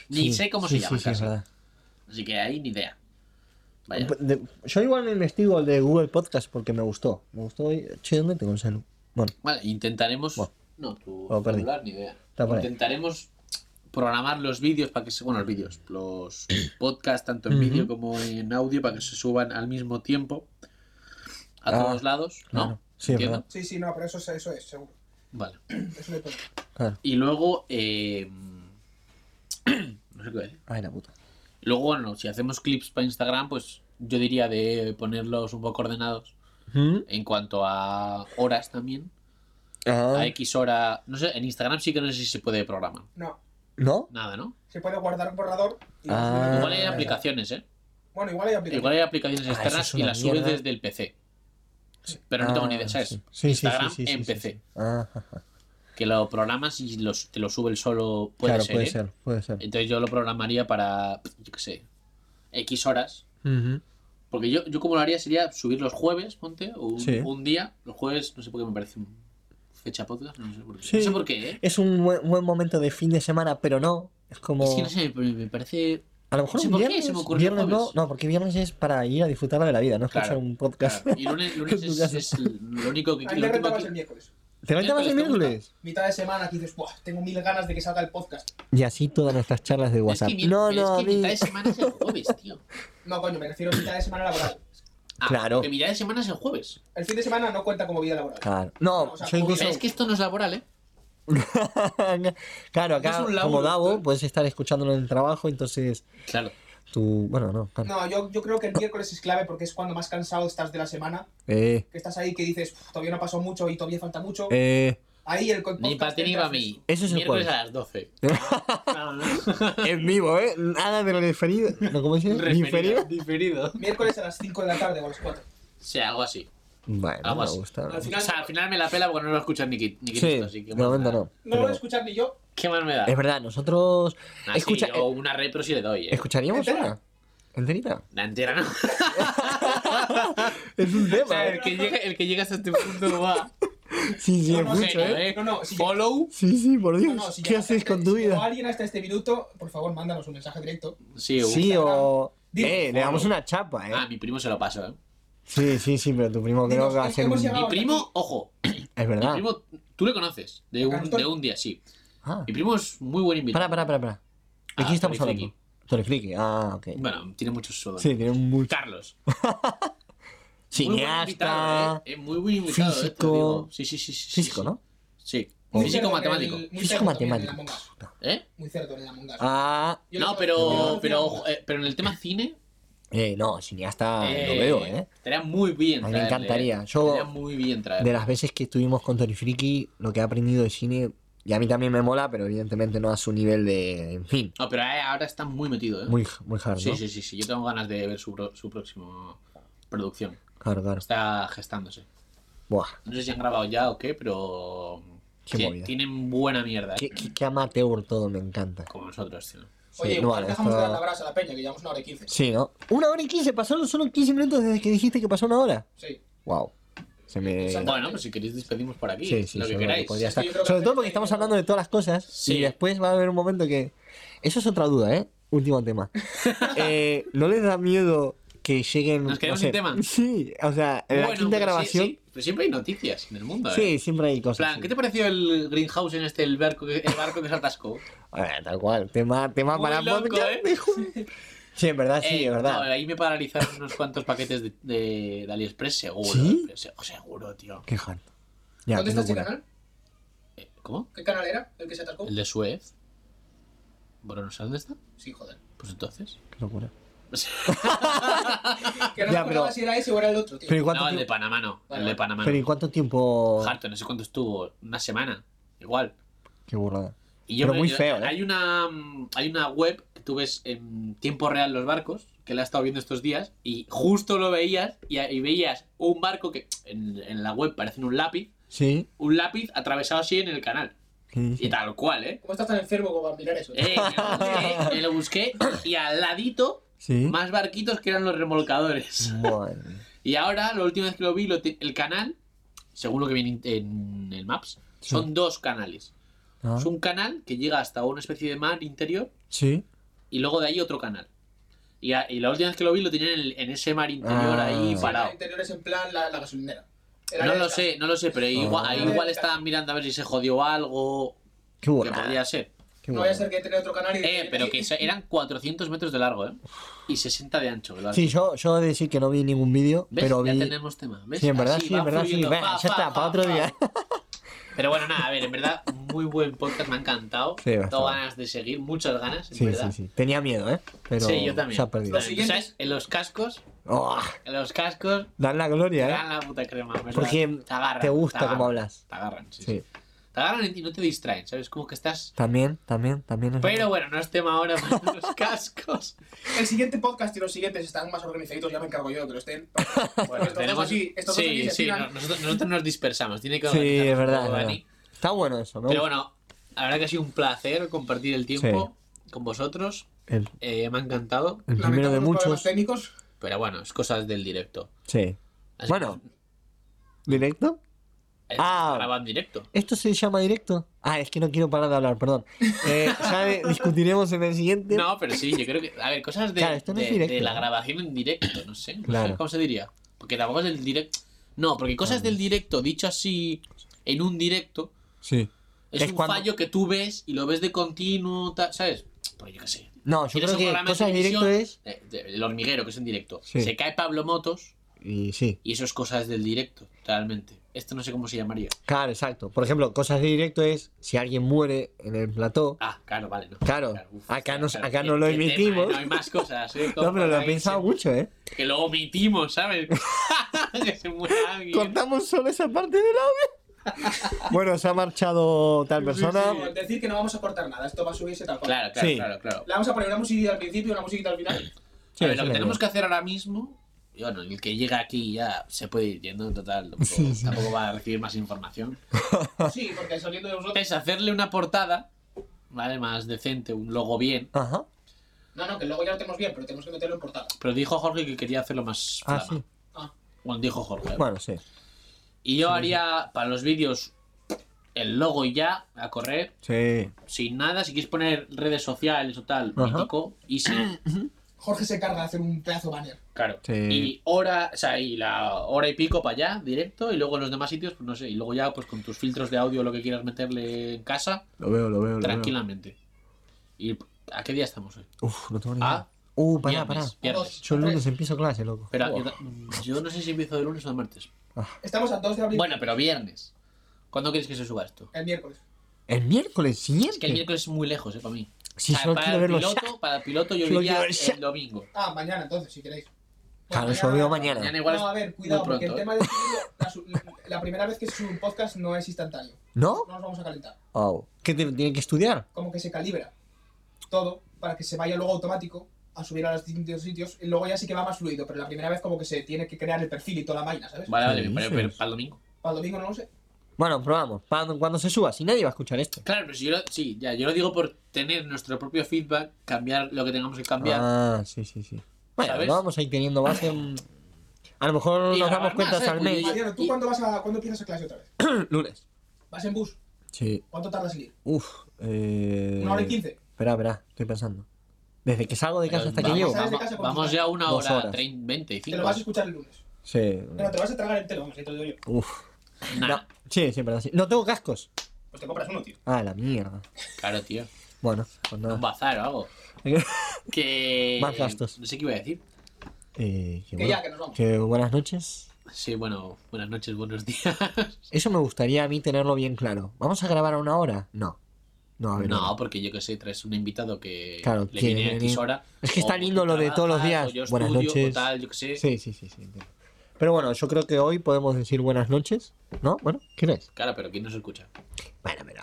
Ni Sí, sé cómo sí, se llama sí, sí, es verdad. Así que ahí ni idea. Vaya. De- yo igual me investigo el de Google Podcast porque me gustó. Me gustó y. Che, ¿dónde tengo el celu? Bueno, Vale, intentaremos... Bueno. no, tu Lo perdí. celular, ni idea. Está por ahí. Intentaremos programar los vídeos para que se... Bueno, los vídeos, los podcasts, tanto en vídeo como en audio, para que se suban al mismo tiempo a Ah, todos lados, ¿no? claro. Sí, es Entiendo. verdad. Sí, sí, no, pero eso, es- eso es, seguro. Vale. Eso le toca. claro. Y luego... eh, no sé qué voy a decir. Ay, la puta. Luego, bueno, si hacemos clips para Instagram, pues yo diría de ponerlos un poco ordenados en cuanto a horas también. Ah, A X hora... No sé, en Instagram sí que no sé si se puede programar. No, ¿No? Nada, ¿no? se puede guardar un borrador. y- Ah. Igual hay aplicaciones, ¿eh? Bueno, igual hay aplicaciones. Igual hay aplicaciones Ah, eso externas es y una las subes mierda. desde el PC. Pero no tengo Ah, ni idea, ¿sabes? sí. Sí, sí, sí, Instagram sí, sí, sí, en PC. sí. Ah, ajá. Que lo programas y los, te lo sube el solo. Puede claro, ser. puede ¿eh? ser, puede ser. Entonces yo lo programaría para, yo qué sé, X horas. Ujú. Porque yo, yo como lo haría sería subir los jueves, ponte, o un, Sí. un día. Los jueves, no sé por qué me parece un- fecha podcast, no sé por qué. Sí. No sé por qué, ¿eh? Es un buen, buen momento de fin de semana, pero no. Es como. Es que no sé, pero me parece. A lo no mejor sé un por qué viernes, se me ocurrió viernes no, jueves. no, porque viernes es para ir a disfrutar de la vida, no escuchar Claro, un podcast. Claro. Y lunes, lunes En tu es, casa. es lo único que A mí lo me último retabas que- el miércoles. ¿Te lo más el Miércoles te miércoles? Mitad de semana que dices, Buah, tengo mil ganas de que salga el podcast. Y así todas nuestras charlas de Es WhatsApp. que, mi- no, pero no, es que mitad a de mí. semana es el jueves, tío. No, coño, me refiero a mitad de semana laboral. Ah, Claro. Que mitad de semana es el jueves. El fin de semana no cuenta como vida laboral. Claro. No, O sea, yo incluso. Es que esto no es laboral, ¿eh? claro, Es acá un laburo, como claro. Davo puedes estar escuchándolo en el trabajo, entonces Claro. tú, bueno, no, claro. No, yo, yo creo que el miércoles es clave porque es cuando más cansado estás de la semana. Eh, Que estás ahí que dices, "Uf, todavía no ha pasado mucho y todavía falta mucho. eh, Ahí el podcast Ni para ti ni entra para mí. fresco. Eso es el Miércoles jueves. a las 12. No, no. en vivo, eh, nada de referido, ¿no cómo decir? Referido. Diferido. Diferido. Miércoles a las 5 de la tarde o a las 4. O sea, algo así. Bueno, no Algo me así. gusta. Al O final, sea, al final me la pela porque no lo escuchas ni, qui- ni Sí, Cristo, así que de momento bueno, no. no lo voy a pero- escuchar ni yo. ¿Qué más me da? Es verdad, nosotros. Ah, sí, Escucha, yo una retro sí le doy, eh. ¿Escucharíamos ¿Entera? una? ¿Enterita? La entera no. Es un ¿eh? O sea, el que, llega, el que llega hasta este punto no va. Sí, sí, No, es no, mucho, genio, ¿eh? ¿eh? No, no, si Follow. Sí, sí, por Dios. No, no, si ¿Qué llegaste haces hasta- con tu Si llegó vida? alguien hasta este minuto, por favor, mándanos un mensaje directo. Sí, un- Sí, o. Dime, eh, le damos una chapa, ¿eh? Ah, mi primo se lo paso, eh. Sí, sí, sí, pero tu primo creo Dinos, que va a ser hemos un. llegado- Mi primo, ojo, Es mi verdad. primo, tú le conoces, de un, de un día, sí. Ah, Mi primo es muy buen invitado. para, para, para. para. ¿De Ah, quién estamos Torifriki. hablando? Torifriki, ah, ok. Bueno, tiene muchos solos. Sí, tiene mucho. Carlos. Muy buen invitado, Cineasta. eh. Es muy buen invitado. eh, te lo físico. digo. Sí, sí, sí, sí. sí, Físico, sí. ¿no? Oh. Sí. Muy Físico cerdo matemático. en el- muy Físico cerdo también en matemático. el Among Us. Puta. ¿Eh? Muy cerdo en el Among Us. Ah, Yo no, lo- yo lo pero, hacía pero, Among ojo, Us. eh, pero en el tema cine. eh, no, cineasta eh, lo veo, ¿eh? Estaría muy bien. A mí me traerle, encantaría. eh. Yo- Estaría muy bien traerle. De las veces que estuvimos con Torifriki, lo que he aprendido de cine, y a mí también me mola, pero evidentemente no a su nivel de. En fin, No, pero eh, ahora está muy metido, ¿eh? muy, muy hard, sí, ¿no? sí, sí, sí. Yo tengo ganas de ver su, pro- su próxima producción. Claro, claro. Está gestándose. Buah, No sé si han grabado ya o qué, pero. Qué tie- movida. Tienen buena mierda. eh, qué, qué, qué amateur todo, me encanta. Como nosotros, tío. Oye, Sí, igual no, dejamos de dar esto- la brasa a la peña, que llevamos una hora y quince. Sí, ¿no? Una hora y quince, pasaron solo 15 minutos desde que dijiste que pasó una hora. Sí. Wow. Se me. Exacto. Bueno, pues si queréis despedimos por aquí. Sí, sí, lo yo que creo queráis. podría estar. Sí, yo creo que Sobre todo hacemos- porque estamos hablando de todas las cosas Sí. y después va a haber un momento que. Eso es otra duda, ¿eh? Último tema. Eh, ¿No les da miedo que lleguen. ¿Nos no quedamos sé, sin tema? Sí, o sea, en la Bueno, Eh, quinta pero sí, grabación. sí, pero siempre hay noticias en el mundo. Sí, ¿eh? siempre hay cosas. En plan, sí. ¿qué te pareció el greenhouse en este, el barco que, el barco que se atascó? Ah, tal cual, tema, tema Muy para loco, podcast. ¿eh? dijo. Sí, en verdad, Ah, sí, Eh, es verdad. no, ahí me paralizaron unos cuantos paquetes de, de- de AliExpress, seguro. ¿Sí? se- Seguro, tío. Qué hard. Ya, ¿Dónde qué está este locura. canal? Eh, ¿Cómo? ¿Qué canal era el que se atascó? ¿El de Suez? Bueno, ¿no sabes dónde está? Sí, joder. Pues entonces. Qué locura. Que Ya, no me acordaba pero- si era ese o era el otro, tío. Pero ¿y cuánto, No, el de tiempo, Panamá no. el Vale, de vale. Panamá pero ¿y no. cuánto tiempo? Harto, no sé cuánto estuvo. Una semana. Igual. Qué burrada. Y yo Pero me- muy yo- feo, ¿eh? Hay una, mm, hay una web que tú ves en tiempo real los barcos, que la he estado viendo estos días, y justo lo veías, y, y veías un barco que en, en la web parecen un lápiz, Sí. un lápiz atravesado así en el canal. sí, sí. Y tal cual, ¿eh? ¿Cómo estás tan enfermo como para mirar eso? Eh, yo lo busqué, eh, lo busqué y al ladito Sí. más barquitos que eran los remolcadores. Madre mía. Y ahora, la última vez que lo vi, lo te- el canal, según lo que viene in- en el Maps, son dos canales. Ah, Es un canal que llega hasta una especie de mar interior Sí. y luego de ahí otro canal. Y, a- y la última vez que lo vi lo tenían en, el- en ese mar interior Ah. ahí Sí, El parado. interior es en plan la, la gasolinera. El No área lo esta. sé, no lo sé, pero igual, Ah. ahí igual estaban mirando a ver si se jodió algo. Qué Que burrada. podría ser. Qué No voy a burrada. ser que tenga otro canal y... Eh, pero que se- eran 400 metros de largo, ¿eh? Y 60 de ancho. ¿verdad? Sí, yo, yo he de decir que no vi ningún vídeo, ¿Ves? pero ya vi. tenemos tema. ¿Ves? Sí, en verdad, Así sí, va en verdad, sí. fluyendo. Venga, Pa, ya pa, está, pa, para otro pa. día. ¿eh? Pero bueno, nada, a ver, en verdad, muy buen podcast, me ha encantado. Sí, bastante. Tengo ganas de seguir, muchas ganas, en Sí, verdad. sí, sí. Tenía miedo, ¿eh? Pero Sí, yo también. se ha perdido. Lo siguiente- ¿Sabes? En los cascos, Oh, en los cascos, dan la gloria, te ¿eh? dan la puta crema, ¿verdad? Porque te, agarran, te gusta agarran, cómo hablas. Te agarran, sí, Sí. sí. Te agarran y no te distraen, ¿sabes? Como que estás... También, también, también. es Pero verdad. bueno, no es tema ahora para los cascos. El siguiente podcast y los siguientes están más organizaditos, ya me encargo yo de que lo estén. Bueno, estos dos aquí- estos dos aquí sí, se sí, tiran. no- nosotros, nosotros nos dispersamos, tiene que Sí, organizarnos es verdad, todo, es verdad. Dani. Está bueno eso, ¿no? Pero bueno, la verdad que ha sido un placer compartir el tiempo con vosotros. El, Eh, me ha encantado. el primero Lamentamos de los problemas muchos. técnicos. Pero bueno, es cosas del directo. Sí. Así Bueno. ¿Directo? que, eh, ah. graba en directo. ¿Esto se llama directo? Ah, es que no quiero parar de hablar, perdón. Eh, ya de- discutiremos en el siguiente. No, pero sí, yo creo que. A ver, cosas de, Claro, esto no de- es directo, de la ¿no? grabación en directo, no sé. no sé Claro. ¿Cómo se diría? Porque tampoco es el directo. No, porque cosas del directo, dicho así, en un directo, Sí. es, Es un cuando- fallo que tú ves y lo ves de continuo, ta- ¿sabes? Pues yo qué sé. No, yo creo Tienes un que programa de cosas televisión, directo es. eh, de- el hormiguero, que es en directo. Sí. Se cae Pablo Motos Y sí. y eso es cosas del directo, realmente. Esto no sé cómo se llamaría. Claro, exacto. Por ejemplo, cosas de directo es si alguien muere en el plató. Ah, claro, vale. No. Claro, uf, acá no- acá qué- no lo qué tema, emitimos. ¿eh? no hay más cosas. ¿eh? No, pero lo he Ahí pensado se- mucho, ¿eh? Que lo omitimos, ¿sabes? que se muera alguien. Cortamos solo esa parte del audio. bueno, se ha marchado tal persona. Bueno, decir que no vamos a cortar nada, esto va a subirse tal cual. Claro, claro, Sí. claro, claro. Le vamos a poner una musiquita al principio y una musiquita al final. Sí, a sí, ver, lo que la tenemos idea. que hacer ahora mismo Y bueno, el que llega aquí ya se puede ir yendo, en total. Tampoco, tampoco va a recibir más información. Sí, porque saliendo de vosotros. Es hacerle una portada, ¿vale? Más decente, un logo bien. Ajá. No, no, que luego ya lo tenemos bien, pero tenemos que meterlo en portada. Pero dijo Jorge que quería hacerlo más Ah, flama. sí. Ah, Bueno, dijo Jorge. ¿eh? Bueno, sí. Y yo haría para los vídeos el logo y ya, a correr, Sí. sin nada. Si quieres poner redes sociales o tal, Ajá. mítico, y sí, Jorge se carga de hacer un pedazo banner. claro. Sí. Y hora, o sea, y la hora y pico para allá, directo, y luego en los demás sitios, pues no sé, y luego ya pues con tus filtros de audio lo que quieras meterle en casa, Lo veo, lo veo, lo tranquilamente. ¿Y a qué día estamos hoy? veo. Uf, no tengo ni idea. Ah, Uh, pará, pará. viernes, viernes. Yo el lunes empiezo clase, loco. Espera, yo, ta- yo no sé si empiezo de lunes o de martes. Estamos a 2 de abril. Bueno, pero viernes. ¿Cuándo quieres que se suba esto? El miércoles. El miércoles siguiente. Es que el miércoles es muy lejos, eh, para mí. Si O sea, solo para, quiero el verlo piloto, ya. para el piloto yo Solo iría quiero ver ya. el domingo. Ah, mañana entonces, si queréis. Claro, Bueno, eso veo mañana. Mañana igual No, a es ver, muy cuidado, porque el pronto, ¿eh? tema de subirlo, la, su- la primera vez que se sube un podcast no es instantáneo. ¿No? No nos vamos a calentar. Oh. ¿Qué te, tiene que estudiar? Como que se calibra todo para que se vaya luego automático a subir a los distintos sitios. Y luego ya sí que va más fluido, pero la primera vez como que se tiene que crear el perfil y toda la vaina, ¿sabes? Vale, vale, ¿Qué bien, pero, dices? pero para el domingo. Para el domingo no lo sé. Bueno, probamos. Pa- Cuando se suba, si nadie va a escuchar esto. Claro, pero si yo lo, sí, ya, yo lo digo por tener nuestro propio feedback, cambiar lo que tengamos que cambiar. Ah, sí, sí, sí. Bueno, ¿Sabes? lo vamos a ir teniendo base. mm, A lo mejor Y nos grabar damos más, cuenta ¿eh? al Porque mes. Mariano, ¿tú y- cuándo, vas a, cuándo empiezas a clase otra vez? Lunes. ¿Vas en bus? Sí. ¿Cuánto tardas en ir? Uf. Eh... ¿Una hora y quince? Espera, espera, estoy pensando. Desde que salgo de casa hasta que vamos, llego. Sales de vamos, casa con vamos tus ya a una Dos hora, horas. 30, 25. Te lo vas a escuchar el lunes. Sí. Mm. Pero te lo vas a tragar entero, vamos, ahí te lo digo yo. Uf. Nah, No. Sí, sí, verdad. sí. No tengo cascos. Pues te compras uno, tío. Ah, la mierda. Claro, tío. Bueno, pues Un nada. bazar o algo. Que. Más gastos. No sé qué iba a decir. Eh, que, Que bueno, ya, que nos vamos. que buenas noches. Sí, bueno, buenas noches, buenos días. Eso me gustaría a mí tenerlo bien claro. ¿Vamos a grabar a una hora? No. No, a ver. No, porque yo que sé, traes un invitado que Claro, le que- viene a X hora. Es que o está tú lindo lo de todos los trabajas, días. o yo Buenas estudio, noches. O tal, yo que sé. Sí, sí, sí, sí. entiendo. Pero bueno, yo creo que hoy podemos decir buenas noches, ¿no? Bueno, ¿qué es? Claro, pero ¿quién nos escucha? Bueno, pero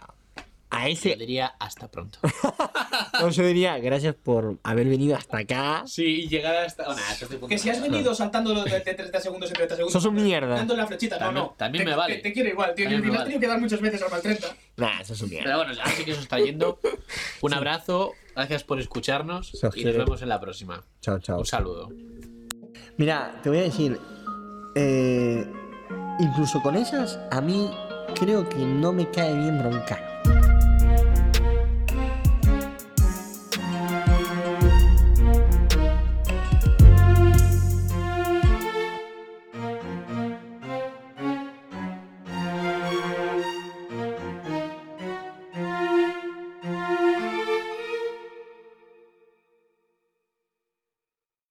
a Yo ese, diría hasta pronto. no, yo diría gracias por haber venido hasta acá. Sí, y llegar hasta. Bueno, hasta este punto Pues, Que si no. has venido saltando lo de, de 30 segundos en 30 segundos. Sos un mierda. Dándole la flechita, no, También- no. también Te- me vale. Te, te quiero igual, tío. También Yo- me me has vale. tenido que dar muchas veces al mal 30. Nah, eso es un mierda. Pero bueno, ahora sí que se está yendo. Un abrazo, gracias por escucharnos Se os y nos quiere. vemos en la próxima. Chao, chao. Un saludo. Mira, te voy a decir, eh, incluso con esas, a mí creo que no me cae bien Broncano.